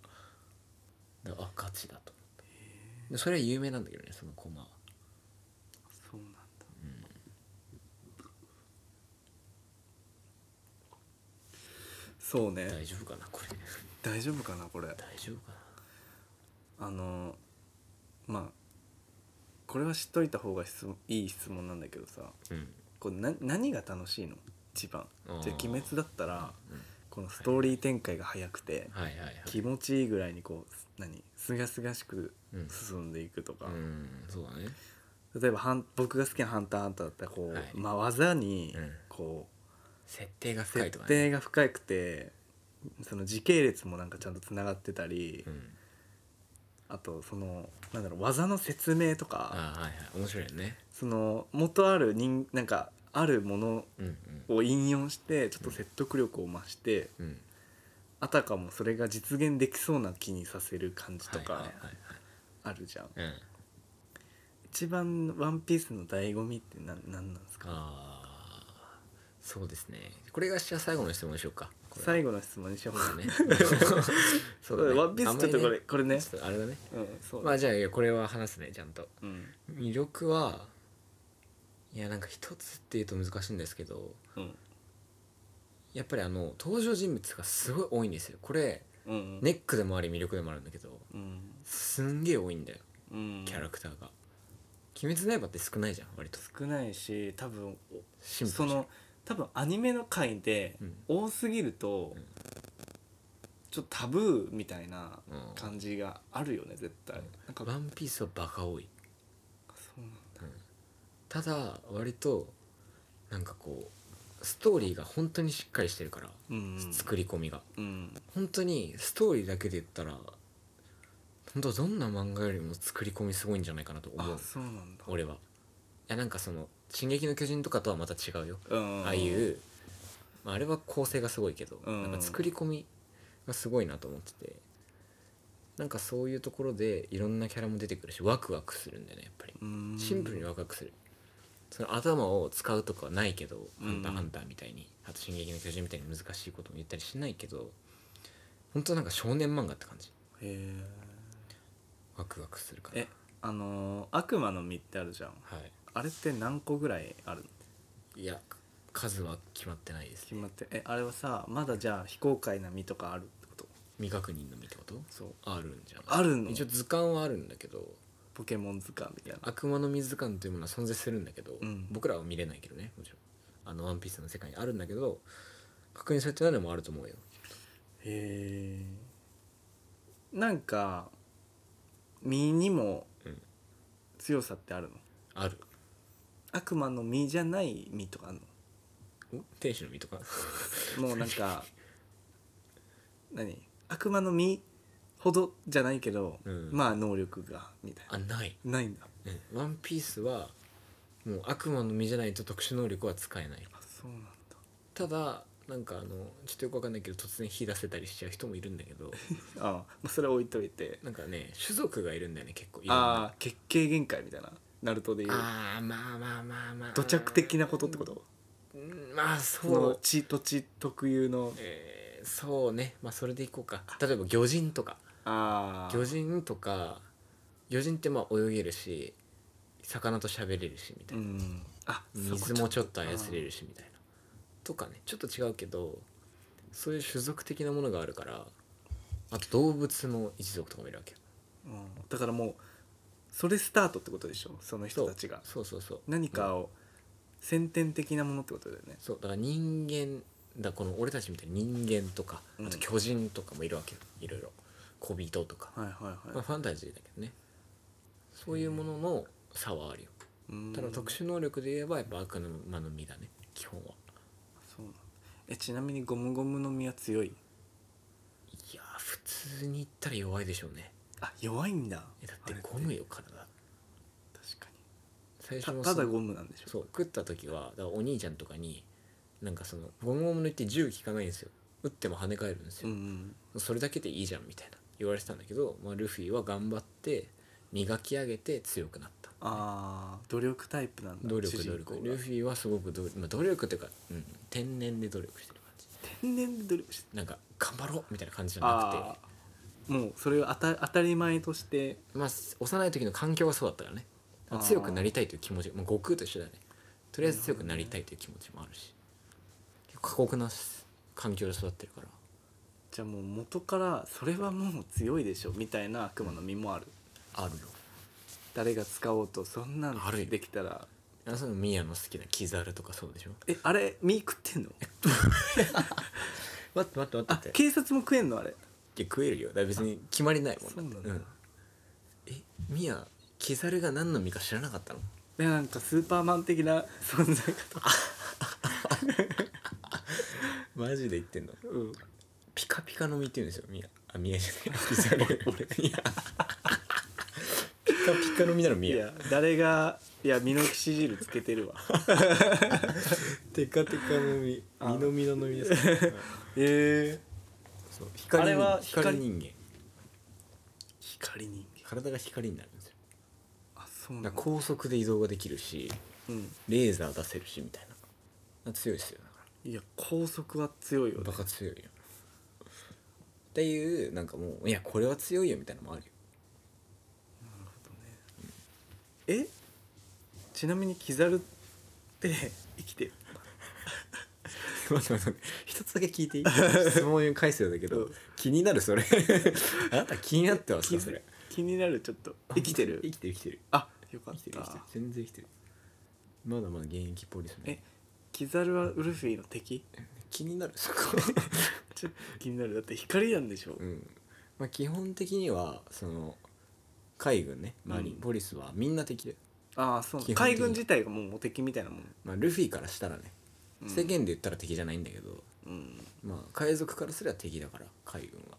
[SPEAKER 2] だからあガチだと思ったでそれは有名なんだけどねそのコマは
[SPEAKER 1] そうなんだ、そうね
[SPEAKER 2] 大丈夫かなこれ (laughs)
[SPEAKER 1] 大丈夫かなこれ
[SPEAKER 2] 大丈夫かな
[SPEAKER 1] あのまあこれは知っといた方が質問いい質問なんだけどさ
[SPEAKER 2] うん
[SPEAKER 1] こうな何が楽しいの一番
[SPEAKER 2] あー
[SPEAKER 1] じゃあ鬼滅だったら、
[SPEAKER 2] うん
[SPEAKER 1] このストーリー展開が早くて、
[SPEAKER 2] はいはいはい
[SPEAKER 1] 気持ちいいぐらいにこうす何すがすがしく
[SPEAKER 2] うん
[SPEAKER 1] 進んでいくとか、
[SPEAKER 2] うんそうだね
[SPEAKER 1] 例えばハン僕が好きな「ハンターハンター」だったらこう、
[SPEAKER 2] はい
[SPEAKER 1] まあ、技に
[SPEAKER 2] うん
[SPEAKER 1] こ
[SPEAKER 2] 設定が
[SPEAKER 1] う、
[SPEAKER 2] 深いと
[SPEAKER 1] 設
[SPEAKER 2] かね
[SPEAKER 1] 定が深くてその時系列もなんかちゃんとつながってたり、
[SPEAKER 2] うん
[SPEAKER 1] あとそのなんだろう技の説明とか
[SPEAKER 2] ああはいはい面白いよね
[SPEAKER 1] その元ある人なんかあるもの
[SPEAKER 2] うん
[SPEAKER 1] を引用してちょっと説得力を増して、
[SPEAKER 2] うんうん
[SPEAKER 1] あたかもそれが実現できそうな気にさせる感じと
[SPEAKER 2] はい
[SPEAKER 1] か
[SPEAKER 2] はいはい
[SPEAKER 1] あるじゃん。
[SPEAKER 2] はいうん
[SPEAKER 1] 一番「ワンピースの醍醐味って何なんなんですか
[SPEAKER 2] ああそうですねこれがじゃあ最後の質問にしようかこれ
[SPEAKER 1] 最後の質問にしよ
[SPEAKER 2] (laughs)
[SPEAKER 1] うかね
[SPEAKER 2] ねそだね
[SPEAKER 1] ワンピースちょっとこれこれね
[SPEAKER 2] ちょっとあれだね
[SPEAKER 1] うんそうだ、
[SPEAKER 2] まあじゃあいやこれは話すねちゃんと
[SPEAKER 1] うん
[SPEAKER 2] 魅力はいやなんか一つっていうと難しいんですけど
[SPEAKER 1] うん
[SPEAKER 2] やっぱりあの登場人物がすごい多いんですよこれ
[SPEAKER 1] うん
[SPEAKER 2] ネックでもあり魅力でもあるんだけど
[SPEAKER 1] うん
[SPEAKER 2] すんげえ多いんだよ
[SPEAKER 1] うん
[SPEAKER 2] キャラクターが「鬼滅の刃」って少ないじゃん割と
[SPEAKER 1] 少ないし多分
[SPEAKER 2] シンプ
[SPEAKER 1] そ
[SPEAKER 2] ルじゃん
[SPEAKER 1] の多分アニメの回で
[SPEAKER 2] うん
[SPEAKER 1] 多すぎると、
[SPEAKER 2] うん
[SPEAKER 1] ちょっとタブーみたいな
[SPEAKER 2] うん
[SPEAKER 1] 感じがあるよね絶対、なんか
[SPEAKER 2] ワンピースはバカ多い
[SPEAKER 1] そうなんだ
[SPEAKER 2] ただ割となんかこうストーリーが本当にしっかりしてるから、
[SPEAKER 1] うん
[SPEAKER 2] 作り込みが
[SPEAKER 1] うん
[SPEAKER 2] 本当にストーリーだけで言ったら本当どんな漫画よりも作り込みすごいんじゃないかなと思
[SPEAKER 1] あ
[SPEAKER 2] う
[SPEAKER 1] そうなんだ
[SPEAKER 2] 俺はいやなんかその「進撃の巨人」とかとはまた違うよ
[SPEAKER 1] うん
[SPEAKER 2] ああいう、まあ、あれは構成がすごいけど、
[SPEAKER 1] うん
[SPEAKER 2] なんか作り込みがすごいなと思っててなんかそういうところでいろんなキャラも出てくるしワクワクするんだよねやっぱり
[SPEAKER 1] うん
[SPEAKER 2] シンプルにワクワクするその頭を使うとかはないけど「
[SPEAKER 1] うん
[SPEAKER 2] ハンターハンター」みたいにあと「進撃の巨人」みたいに難しいことも言ったりしないけど本当なんか少年漫画って感じ
[SPEAKER 1] へ
[SPEAKER 2] ワクワクするか
[SPEAKER 1] え
[SPEAKER 2] ら
[SPEAKER 1] えあのー悪魔の実ってあるじゃん
[SPEAKER 2] はい
[SPEAKER 1] あれって何個ぐらいあるの
[SPEAKER 2] いや数は決まってないです
[SPEAKER 1] 決まってえあれはさまだじゃあ非公開な実とかあるってこと
[SPEAKER 2] 未確認のみってこと
[SPEAKER 1] そう
[SPEAKER 2] あるんじゃない
[SPEAKER 1] あるの
[SPEAKER 2] 一応図鑑はあるんだけど
[SPEAKER 1] ポケモン図鑑みたいな
[SPEAKER 2] 悪魔の水図鑑というものは存在するんだけど、
[SPEAKER 1] うん
[SPEAKER 2] 僕らは見れないけどねもちろんあの「ワンピースの世界にあるんだけど確認されてないのもあると思うよ
[SPEAKER 1] へえなんか身にも
[SPEAKER 2] うん
[SPEAKER 1] 強さってあるの、
[SPEAKER 2] ある
[SPEAKER 1] 悪魔の実じゃない実とかある
[SPEAKER 2] お天使の実
[SPEAKER 1] (laughs)
[SPEAKER 2] とか
[SPEAKER 1] のもうなんか何悪魔の実ほどじゃないけど、
[SPEAKER 2] うん
[SPEAKER 1] まあ能力がみたい
[SPEAKER 2] あない、
[SPEAKER 1] なないんだ
[SPEAKER 2] うんワンピースはもう悪魔の実じゃないと特殊能力は使えない
[SPEAKER 1] あそうなんだ
[SPEAKER 2] ただなんかあのちょっとよくわかんないけど突然火出せたりしちゃう人もいるんだけ
[SPEAKER 1] (laughs)
[SPEAKER 2] ど
[SPEAKER 1] あまあそれは置いといて
[SPEAKER 2] なんかね種族がいるんだよね結構いろんな
[SPEAKER 1] ああ血形限界みたいなナルトでいう
[SPEAKER 2] あーまあまあまあまあ
[SPEAKER 1] 土着的なことってこと
[SPEAKER 2] うんまあ
[SPEAKER 1] その
[SPEAKER 2] そう
[SPEAKER 1] 地土地特有の
[SPEAKER 2] えーそうねまあそれでいこうか例えば魚人とか
[SPEAKER 1] ああ
[SPEAKER 2] 魚人とか魚人ってまあ泳げるし魚と喋れるしみた
[SPEAKER 1] う
[SPEAKER 2] いな、
[SPEAKER 1] んあ
[SPEAKER 2] 水もちょっと操れ
[SPEAKER 1] る
[SPEAKER 2] るしみたいなとかねちょっと違うけどそういう種族的なものがあるからあと動物の一族とかもいるわけよ
[SPEAKER 1] だからもうそれスタートってことでしょその
[SPEAKER 2] そ
[SPEAKER 1] 人
[SPEAKER 2] う
[SPEAKER 1] たちが
[SPEAKER 2] そうそうそう
[SPEAKER 1] 何かを先天的なものってことだよね
[SPEAKER 2] そうだから人間だこの俺たちみたいに人間とか
[SPEAKER 1] うん
[SPEAKER 2] あと巨人とかもいるわけよいろいろ小人とか、
[SPEAKER 1] はいはい
[SPEAKER 2] まあ、
[SPEAKER 1] はい
[SPEAKER 2] ファンタジーだけどねそういうものの差はあるよ
[SPEAKER 1] うん
[SPEAKER 2] ただ特殊能力で言えばやっぱ悪魔の実だね基本は
[SPEAKER 1] そうなんだえちなみにゴムゴムの実は強い
[SPEAKER 2] いやー普通に言ったら弱いでしょうね
[SPEAKER 1] あ弱いんだ
[SPEAKER 2] えだって
[SPEAKER 1] あれ
[SPEAKER 2] ゴムよ体
[SPEAKER 1] 確か
[SPEAKER 2] 最
[SPEAKER 1] に
[SPEAKER 2] 初
[SPEAKER 1] た
[SPEAKER 2] の
[SPEAKER 1] ただ
[SPEAKER 2] その
[SPEAKER 1] ゴムなんでしょ
[SPEAKER 2] そう食った時はだからお兄ちゃんとかになんかそのゴムゴムの言って銃効かないんですよ撃っても跳ね返るんです
[SPEAKER 1] う
[SPEAKER 2] よ、
[SPEAKER 1] ん
[SPEAKER 2] それだけでいいじゃんみたいな言われてたんだけど、まあ、ルフィは頑張って磨き上げて強くなった
[SPEAKER 1] あー努力タイプなんだ
[SPEAKER 2] 努力
[SPEAKER 1] 主
[SPEAKER 2] 努
[SPEAKER 1] 人公
[SPEAKER 2] 力
[SPEAKER 1] が
[SPEAKER 2] ルフィはすごく努力,、まあ、努力っていうか、うん、天然で努力してる感じ
[SPEAKER 1] 天然で努力して
[SPEAKER 2] なんか頑張ろうみたいな感じじゃなくて
[SPEAKER 1] ああもうそれを当た当たり前として
[SPEAKER 2] まあ幼い時の環境がそうだったからね
[SPEAKER 1] あー
[SPEAKER 2] 強くなりたいという気持ち、まあ、悟空と一緒だねとりあえず強くなりたいという気持ちもあるし結構過酷な環境で育ってるから
[SPEAKER 1] じゃあもう元からそれはもう強いでしょみたいな悪魔の実もある、
[SPEAKER 2] あるよ
[SPEAKER 1] 誰が使おうとそんなん
[SPEAKER 2] あるよ
[SPEAKER 1] できたら
[SPEAKER 2] あそのミヤの好きなキザルとかそうでしょ
[SPEAKER 1] えあれ実食ってんの
[SPEAKER 2] 待って待って
[SPEAKER 1] あ警察も食えんのあれ
[SPEAKER 2] いや食えるよだから別に決まりないもん
[SPEAKER 1] そうなんだ
[SPEAKER 2] うんえミヤキザルが何の実か知らなかったの
[SPEAKER 1] でなんかスーパーマン的な存在かと
[SPEAKER 2] マジで言ってんの
[SPEAKER 1] うん
[SPEAKER 2] ピカピカの実って言うんですよミヤあミヤじ (laughs) ゃないキザル俺ミヤピカピカの実なのミ
[SPEAKER 1] い
[SPEAKER 2] ヤ
[SPEAKER 1] や誰がいやミノキシジルつけて
[SPEAKER 2] (laughs)
[SPEAKER 1] るわ
[SPEAKER 2] テカテカの実
[SPEAKER 1] あ
[SPEAKER 2] 実の実の実ですね
[SPEAKER 1] ええ
[SPEAKER 2] (laughs) そう
[SPEAKER 1] あ
[SPEAKER 2] 光
[SPEAKER 1] れ
[SPEAKER 2] 人
[SPEAKER 1] は
[SPEAKER 2] 間
[SPEAKER 1] 光
[SPEAKER 2] 光人間
[SPEAKER 1] 光人間
[SPEAKER 2] 体が光になるんですよ
[SPEAKER 1] あそう
[SPEAKER 2] だ
[SPEAKER 1] な
[SPEAKER 2] か
[SPEAKER 1] ん
[SPEAKER 2] ら
[SPEAKER 1] だ
[SPEAKER 2] 高速で移動ができるし
[SPEAKER 1] うん
[SPEAKER 2] レーザー出せるしみたいな強いですよだか
[SPEAKER 1] いや高速は強いよね
[SPEAKER 2] バカ強いよっていうなんかもういやこれは強いよみたいなのもあるよ (laughs)
[SPEAKER 1] えちなみにキザルって生きてる
[SPEAKER 2] 待って待って待って一つだけ聞い (laughs) ていい質問を返すようだけど、
[SPEAKER 1] うん
[SPEAKER 2] 気になるそれ (laughs) あなた気になってますかそれ
[SPEAKER 1] 気になるちょっと生きてる
[SPEAKER 2] 生きてる生きてる
[SPEAKER 1] あよかっ
[SPEAKER 2] 生きてる生きてる
[SPEAKER 1] た
[SPEAKER 2] 全然生きてるまだまだ現役っぽいです
[SPEAKER 1] え
[SPEAKER 2] ね
[SPEAKER 1] キザルはウルフィの敵
[SPEAKER 2] 気にな (laughs) るそこ
[SPEAKER 1] ちょっと気になるだって光なんでしょ
[SPEAKER 2] うんまあ基本的にはその海軍ねマリン、
[SPEAKER 1] うん
[SPEAKER 2] ポリスはみんな敵だよ、
[SPEAKER 1] ああそう
[SPEAKER 2] 基本的に
[SPEAKER 1] 海軍自体がもう敵みたいなもん、
[SPEAKER 2] まあ、ルフィからしたらね
[SPEAKER 1] うん
[SPEAKER 2] 世間で言ったら敵じゃないんだけど、
[SPEAKER 1] うん
[SPEAKER 2] まあ海賊からすれば敵だから海軍は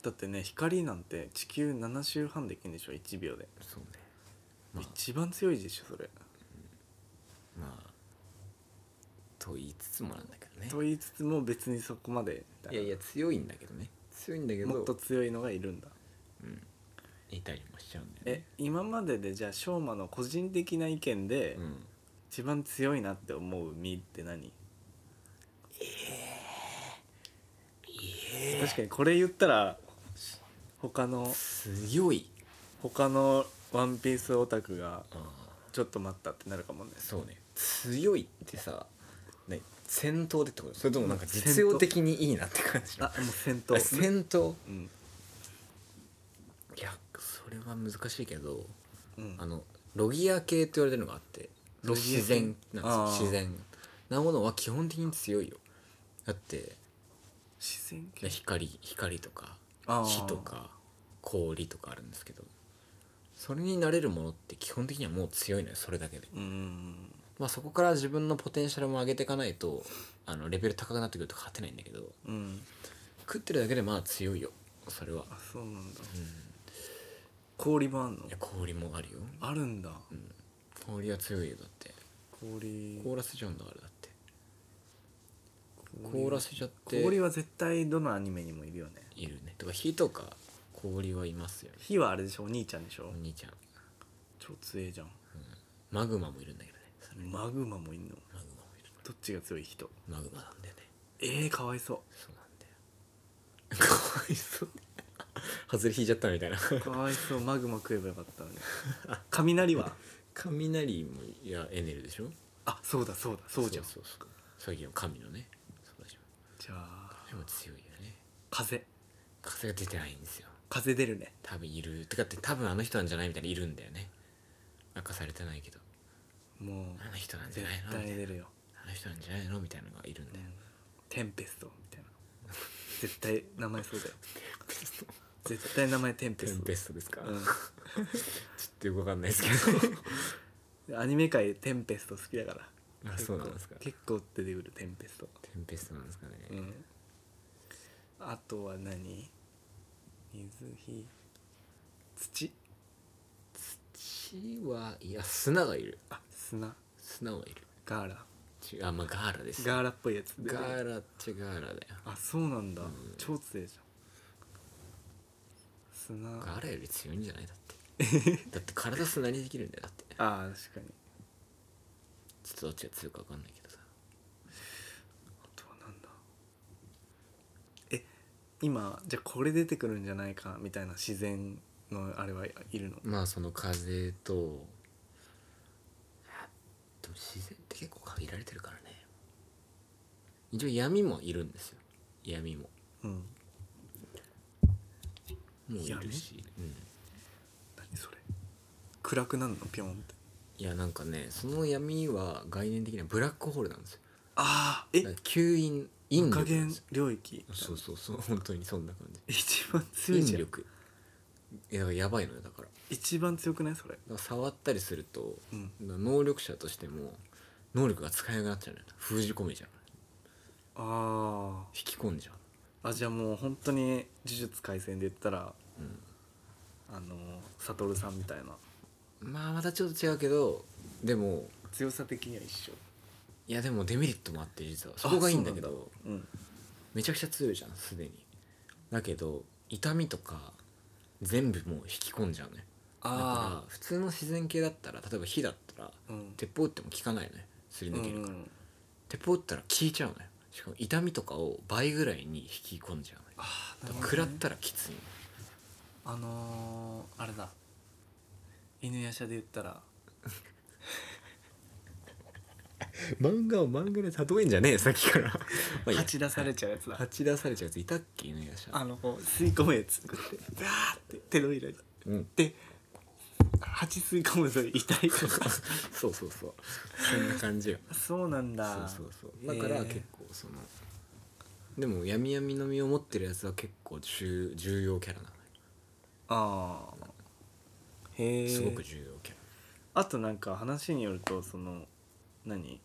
[SPEAKER 1] だってね光なんて地球7周半できるんでしょ1秒で、
[SPEAKER 2] そうねまあ
[SPEAKER 1] 一番強いでしょそれ
[SPEAKER 2] まあと言いつつもなんだけどね
[SPEAKER 1] と言いつつも別にそこまでだ
[SPEAKER 2] いやいや強いんだけどね強いんだけど
[SPEAKER 1] もっと強いのがいるんだ
[SPEAKER 2] いたりもしちゃうんだよ
[SPEAKER 1] え
[SPEAKER 2] ね
[SPEAKER 1] 今まででじゃあ翔馬の個人的な意見で、
[SPEAKER 2] うん
[SPEAKER 1] 一番強いなって思う身って何確かにこれ言ったらし他の
[SPEAKER 2] 強い
[SPEAKER 1] 他のワンピースオタクが
[SPEAKER 2] あ
[SPEAKER 1] ちょっと待ったってなるかもね
[SPEAKER 2] そうね強いってさ、ね、戦闘でってことそれともなんか実用的にいいなって感じの
[SPEAKER 1] あもう戦
[SPEAKER 2] あ
[SPEAKER 1] 闘
[SPEAKER 2] 戦闘
[SPEAKER 1] うん
[SPEAKER 2] いやそれは難しいけど
[SPEAKER 1] うん
[SPEAKER 2] あのロギア系って言われてるのがあって
[SPEAKER 1] ロギア系
[SPEAKER 2] 自然なん
[SPEAKER 1] あ
[SPEAKER 2] で
[SPEAKER 1] ー
[SPEAKER 2] すよ自然なものは基本的に強いよだって
[SPEAKER 1] 自然系
[SPEAKER 2] 光光とか
[SPEAKER 1] あー
[SPEAKER 2] 火とか氷とかあるんですけどそれに慣れるものって基本的にはもう強いのよそれだけで、
[SPEAKER 1] うん
[SPEAKER 2] まあ、そこから自分のポテンシャルも上げていかないとあのレベル高くなってくると勝てないんだけど
[SPEAKER 1] うん
[SPEAKER 2] 食ってるだけでまあ強いよそれは
[SPEAKER 1] あそうなんだ、氷もあんの
[SPEAKER 2] いや氷もあるよ
[SPEAKER 1] あるんだ、
[SPEAKER 2] 氷は強いよだって
[SPEAKER 1] 氷
[SPEAKER 2] 凍らせちゃうんだからだって凍らせちゃって
[SPEAKER 1] 氷は絶対どのアニメにもいるよね
[SPEAKER 2] いるねとか火とか氷はいますよね
[SPEAKER 1] 火はあれでしょお兄ちゃんでしょ、
[SPEAKER 2] お兄ちゃん
[SPEAKER 1] 超強いじゃん
[SPEAKER 2] マグマもいるんだけどねそれ
[SPEAKER 1] マグマもいんの
[SPEAKER 2] マグマもいる
[SPEAKER 1] どっちが強い人
[SPEAKER 2] マグマなんだよね
[SPEAKER 1] えー、かわいそ
[SPEAKER 2] そうなんだよかわいそう外れ引いちゃったみたいな
[SPEAKER 1] うかわいそうマグマ食えばよかったの
[SPEAKER 2] (laughs)
[SPEAKER 1] に雷は
[SPEAKER 2] 雷もいやエネルでしょ
[SPEAKER 1] あそうだそうだそうじゃん
[SPEAKER 2] そうそうそう最近は神のねそうだし
[SPEAKER 1] じゃあ
[SPEAKER 2] でも強いよね
[SPEAKER 1] 風
[SPEAKER 2] 風が出てないんですよ
[SPEAKER 1] 風出るね
[SPEAKER 2] 多分いるてかって多分あの人なんじゃないみたいにいるんだよね明かされてないけど (laughs)
[SPEAKER 1] もう
[SPEAKER 2] あの人なんじゃ
[SPEAKER 1] 絶
[SPEAKER 2] ないのみたい
[SPEAKER 1] 対
[SPEAKER 2] な
[SPEAKER 1] 出るよ、
[SPEAKER 2] あの人なんじゃないのみたいなのがいるんだよ、
[SPEAKER 1] テンペストみたいな絶対名前そう
[SPEAKER 2] (laughs)
[SPEAKER 1] だよ絶対名前テンペ
[SPEAKER 2] テ
[SPEAKER 1] ス
[SPEAKER 2] ン
[SPEAKER 1] ト
[SPEAKER 2] ペストですか、
[SPEAKER 1] う
[SPEAKER 2] ちょっ
[SPEAKER 1] ん
[SPEAKER 2] とよくわかんないです
[SPEAKER 1] (laughs)
[SPEAKER 2] けど
[SPEAKER 1] アニメ界テンペスト好きだから
[SPEAKER 2] あそうなんですかテ
[SPEAKER 1] 結構出てくるテンペスト
[SPEAKER 2] ンペストなんですかね、
[SPEAKER 1] うんあとは何水火土
[SPEAKER 2] 血はいや砂がいる
[SPEAKER 1] あ砂
[SPEAKER 2] 砂はいる
[SPEAKER 1] ガーラ
[SPEAKER 2] 違うあまあガーラです
[SPEAKER 1] ガーラっぽいやつ
[SPEAKER 2] ガーラっちゃガーラだよ
[SPEAKER 1] あそうなんだ、
[SPEAKER 2] ん
[SPEAKER 1] 超強いじゃん砂
[SPEAKER 2] ガーラより強いんじゃないだ
[SPEAKER 1] (laughs)
[SPEAKER 2] ってだって体砂にできるんだよだってちょ
[SPEAKER 1] あー確かに
[SPEAKER 2] っとどっちが強いかわかんないけどさ
[SPEAKER 1] あとはなんだえ今じゃあこれ出てくるんじゃないかみたいな自然のあれはいるの
[SPEAKER 2] まあその風とあでも自然って結構限られてるからね一応闇もいるんですよ闇も
[SPEAKER 1] うん
[SPEAKER 2] もういるし、うん、
[SPEAKER 1] 何それ暗くなるのピョンって
[SPEAKER 2] いやなんかねその闇は概念的にはブラックホールなんですよ
[SPEAKER 1] ああえ
[SPEAKER 2] だから吸引引
[SPEAKER 1] 無
[SPEAKER 2] 力
[SPEAKER 1] 加
[SPEAKER 2] なんで
[SPEAKER 1] 減
[SPEAKER 2] すよ
[SPEAKER 1] 領域
[SPEAKER 2] そうそうそう (laughs) 本当にそんな感じ
[SPEAKER 1] 一番強いじ
[SPEAKER 2] 引
[SPEAKER 1] ゃん
[SPEAKER 2] 力いやだからやばいのよだからだか
[SPEAKER 1] 一番強くないそれ
[SPEAKER 2] ら触ったりすると、
[SPEAKER 1] うん
[SPEAKER 2] 能力者としても能力が使えなくなっちゃうのよ封じ込めちゃう
[SPEAKER 1] あ
[SPEAKER 2] 引き込んじゃう
[SPEAKER 1] ーあじゃあもう本当に「呪術廻戦」で言ったら、
[SPEAKER 2] ん
[SPEAKER 1] あの悟さんみたいな
[SPEAKER 2] まあまたちょっと違うけどでも
[SPEAKER 1] 強さ的には一緒
[SPEAKER 2] いやでもデメリットもあって実はそこがいいんだけ
[SPEAKER 1] あ
[SPEAKER 2] ど
[SPEAKER 1] そうなんだ
[SPEAKER 2] めちゃくちゃ強いじゃんすでにだけど痛みとか全部もう引き込んじゃうねだか
[SPEAKER 1] あ
[SPEAKER 2] ら普通の自然系だったら例えば火だったら
[SPEAKER 1] うん、うん、
[SPEAKER 2] 鉄砲撃っても効かないよねすり抜けるから、
[SPEAKER 1] うん
[SPEAKER 2] テポったら消えちゃうのよしかも痛みとかを倍ぐらいに引き込んじゃうのよだか
[SPEAKER 1] あー
[SPEAKER 2] ら
[SPEAKER 1] なるほどね
[SPEAKER 2] 食らったらきついの
[SPEAKER 1] あのー、あれだ犬夜叉で言ったら
[SPEAKER 2] 漫画を漫画で例えんじゃ (laughs) ねえさっきからまあいいや
[SPEAKER 1] 吐ち出されちゃうやつだ
[SPEAKER 2] 蜂出されちゃうやついたっけ犬やしゃ
[SPEAKER 1] あのこう吸い込むやつこうやってバーって手のひらに (laughs)
[SPEAKER 2] うん
[SPEAKER 1] で蜂吸い込むと痛いとか
[SPEAKER 2] そうそうそうそんな感じよ
[SPEAKER 1] そうなん
[SPEAKER 2] そ
[SPEAKER 1] だ
[SPEAKER 2] うそうそうだから
[SPEAKER 1] へー
[SPEAKER 2] 結構そのでも闇闇の実を持ってるやつは結構重重要キャラなのよ
[SPEAKER 1] ああへえ
[SPEAKER 2] すごく重要キャラ
[SPEAKER 1] あとなんか話によるとその何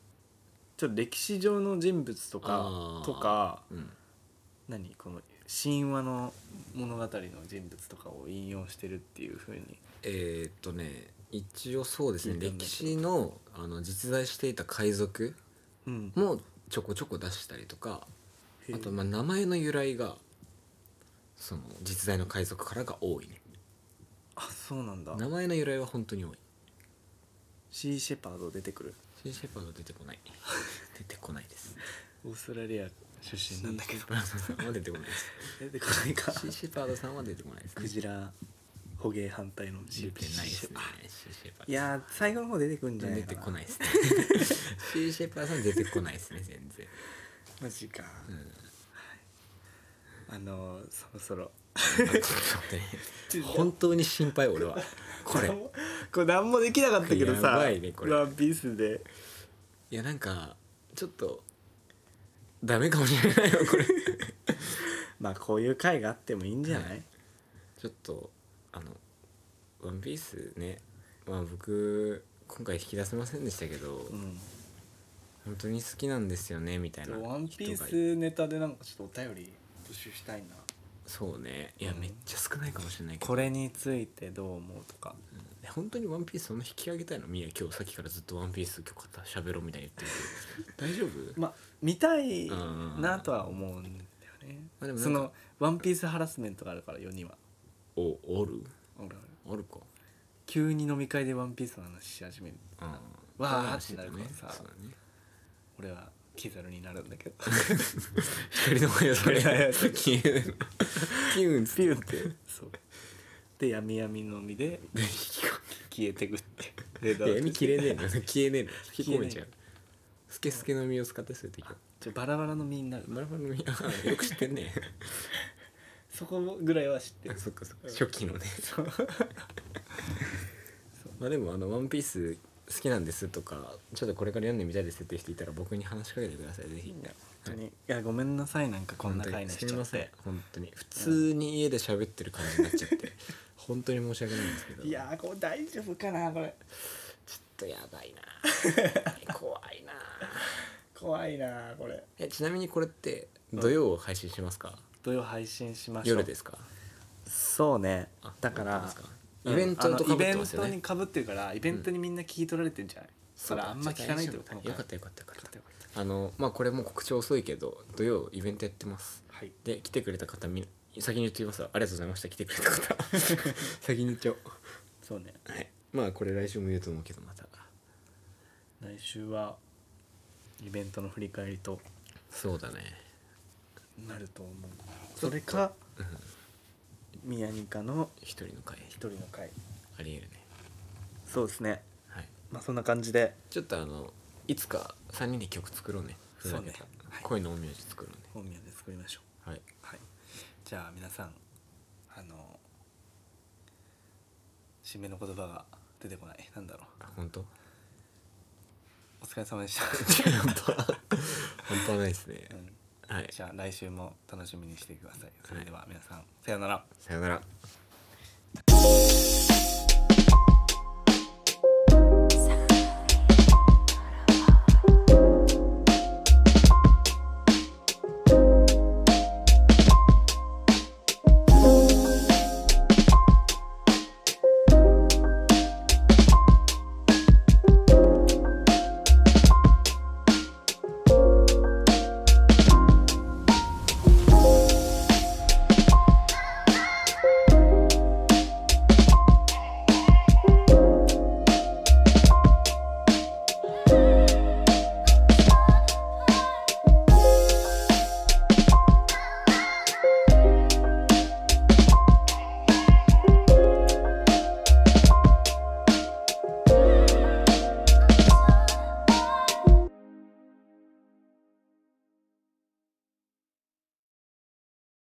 [SPEAKER 1] ちょっと歴史上の人物と
[SPEAKER 2] あ
[SPEAKER 1] か
[SPEAKER 2] ー
[SPEAKER 1] とか
[SPEAKER 2] うん
[SPEAKER 1] 何この神話の物語の人物とかを引用してるっていうふうに
[SPEAKER 2] えーっとね一応そうですね
[SPEAKER 1] 聞いたんだ
[SPEAKER 2] 歴
[SPEAKER 1] けど
[SPEAKER 2] 史のあの実在していた海賊
[SPEAKER 1] うん
[SPEAKER 2] もちょこちょこ出したりとかあとまあ名前の由来がその実在の海賊からが多いね
[SPEAKER 1] あそうなんだ
[SPEAKER 2] 名前の由来は本当に多い
[SPEAKER 1] シー・シェパード出てくる
[SPEAKER 2] シーシェパード出てこない出てこない
[SPEAKER 1] (laughs)
[SPEAKER 2] です
[SPEAKER 1] オーストラリア出身なんだけど
[SPEAKER 2] (laughs) シーシェパードさんは出てこないです
[SPEAKER 1] 出てこない (laughs) か
[SPEAKER 2] シーシェパードさんは出てこないです
[SPEAKER 1] クジラ捕鯨反対の
[SPEAKER 2] 出てないですね
[SPEAKER 1] あ
[SPEAKER 2] シーシェパードさん
[SPEAKER 1] いやー最後の方出てくるんじゃない
[SPEAKER 2] 出
[SPEAKER 1] かな
[SPEAKER 2] てこない
[SPEAKER 1] (laughs)
[SPEAKER 2] ですねシーシェパードさん出てこないですね全
[SPEAKER 1] (laughs)
[SPEAKER 2] 然
[SPEAKER 1] マジか、あのー、そろそろ
[SPEAKER 2] うん本当に心配俺はこれ
[SPEAKER 1] これ何もできなかったけどさ
[SPEAKER 2] やばいねこれ
[SPEAKER 1] ワンピースで
[SPEAKER 2] いやなんかちょっとダメかもしれないよこれ
[SPEAKER 1] まあこういう回があってもいいんじゃない、
[SPEAKER 2] はいちょっとあの「ワンピースねまあ僕今回引き出せませんでしたけど、
[SPEAKER 1] うん
[SPEAKER 2] 本当に好きなんですよねみたいな人が
[SPEAKER 1] ワンピースネタでなんかちょっとお便り募集したいな
[SPEAKER 2] そうねいや、
[SPEAKER 1] うん
[SPEAKER 2] めっちゃ少ないかもしれないけど
[SPEAKER 1] これについてどう思うとか
[SPEAKER 2] 本当に「ワンピースそんな引き上げたいのみや今日さっきからずっと「ワンピース今日語しゃべろうみたいに言ってるけ
[SPEAKER 1] (laughs)
[SPEAKER 2] ど大丈夫、
[SPEAKER 1] まあ見たい
[SPEAKER 2] うん
[SPEAKER 1] なとは思うんだよね、
[SPEAKER 2] まあでもなんか
[SPEAKER 1] そのワンピースハラスメントがあるから4人は
[SPEAKER 2] おおる
[SPEAKER 1] 俺は
[SPEAKER 2] おるか
[SPEAKER 1] 急に飲み会でワンピースの話し始める
[SPEAKER 2] うん
[SPEAKER 1] わー
[SPEAKER 2] 話してた
[SPEAKER 1] ってな
[SPEAKER 2] ね
[SPEAKER 1] るからさ
[SPEAKER 2] そうだね
[SPEAKER 1] 俺はキザルになるんだ
[SPEAKER 2] (laughs)
[SPEAKER 1] けど
[SPEAKER 2] 光の声をそれ
[SPEAKER 1] いやいや
[SPEAKER 2] キューンキューン
[SPEAKER 1] ピュンってそうで闇闇のみで消えてくってレーダー
[SPEAKER 2] 闇切れねえ
[SPEAKER 1] な
[SPEAKER 2] の消えねえの引き
[SPEAKER 1] 消
[SPEAKER 2] 込
[SPEAKER 1] えねえ
[SPEAKER 2] めちゃうスケスケの実を使ってそういう時は
[SPEAKER 1] ちょバラバラの実になる
[SPEAKER 2] マラファの実 (laughs) あよく知ってんね
[SPEAKER 1] そこぐらいは知って
[SPEAKER 2] あ
[SPEAKER 1] る
[SPEAKER 2] そっかそっか初期のね
[SPEAKER 1] (laughs)
[SPEAKER 2] まあでもあの「ワンピース好きなんですとかちょっとこれから読んでみたいですって人いたら僕に話しかけてくださいぜひ
[SPEAKER 1] いや本当にいやごめんなさいなんかこんな回にし
[SPEAKER 2] す
[SPEAKER 1] ち
[SPEAKER 2] み
[SPEAKER 1] ゃ
[SPEAKER 2] ま
[SPEAKER 1] っ
[SPEAKER 2] せん
[SPEAKER 1] て
[SPEAKER 2] 本当に普通に家で喋ってる感じになっちゃって本当に申し訳ないんですけど
[SPEAKER 1] いやーこれ大丈夫かなこれ
[SPEAKER 2] ちょっとやばいな (laughs) 怖いな
[SPEAKER 1] 怖いなこれ
[SPEAKER 2] えちなみにこれって土曜配信しますか、
[SPEAKER 1] 土曜配信しましょう
[SPEAKER 2] 夜ですか
[SPEAKER 1] そうね
[SPEAKER 2] あ
[SPEAKER 1] だか
[SPEAKER 2] そう
[SPEAKER 1] ら
[SPEAKER 2] ですかイベントと被ってますよね
[SPEAKER 1] イベントに被ってるからイベントにみんな聞い取られてんじゃない、それあんま聞かないと
[SPEAKER 2] よ
[SPEAKER 1] 思う
[SPEAKER 2] よ
[SPEAKER 1] ら
[SPEAKER 2] かったよかったよか
[SPEAKER 1] よか
[SPEAKER 2] っ
[SPEAKER 1] ったよかった
[SPEAKER 2] あのまあこれもう告知遅いけど土曜イベントやってます
[SPEAKER 1] はい
[SPEAKER 2] で来てくれた方み先に言っておきますわありがとうございました来てくれた方 (laughs) 先に言っちゃおう
[SPEAKER 1] そうね
[SPEAKER 2] はいまあこれ来週も言うと思うけどまた
[SPEAKER 1] 来週はイベントの振り返りと
[SPEAKER 2] そうだね
[SPEAKER 1] なると思うそれか宮ニカの
[SPEAKER 2] 一人の会
[SPEAKER 1] 一人の会
[SPEAKER 2] ありえるね
[SPEAKER 1] そうですね
[SPEAKER 2] はい
[SPEAKER 1] まあそんな感じで
[SPEAKER 2] ちょっとあのいつか3人で曲作ろうねふざけた
[SPEAKER 1] そうねはい
[SPEAKER 2] 恋の陰陽師作ろうね
[SPEAKER 1] 本名で作りましょう
[SPEAKER 2] はい
[SPEAKER 1] はいじゃあ皆さんあの締めの言葉が出てこないなんだろう
[SPEAKER 2] あ本 (laughs) 当
[SPEAKER 1] お疲れ様でし (laughs)
[SPEAKER 2] 本当本当はないですね
[SPEAKER 1] た、うん
[SPEAKER 2] はい
[SPEAKER 1] じゃあ来週も楽しみにしてくださいそれでは皆さんさようなら
[SPEAKER 2] さよなら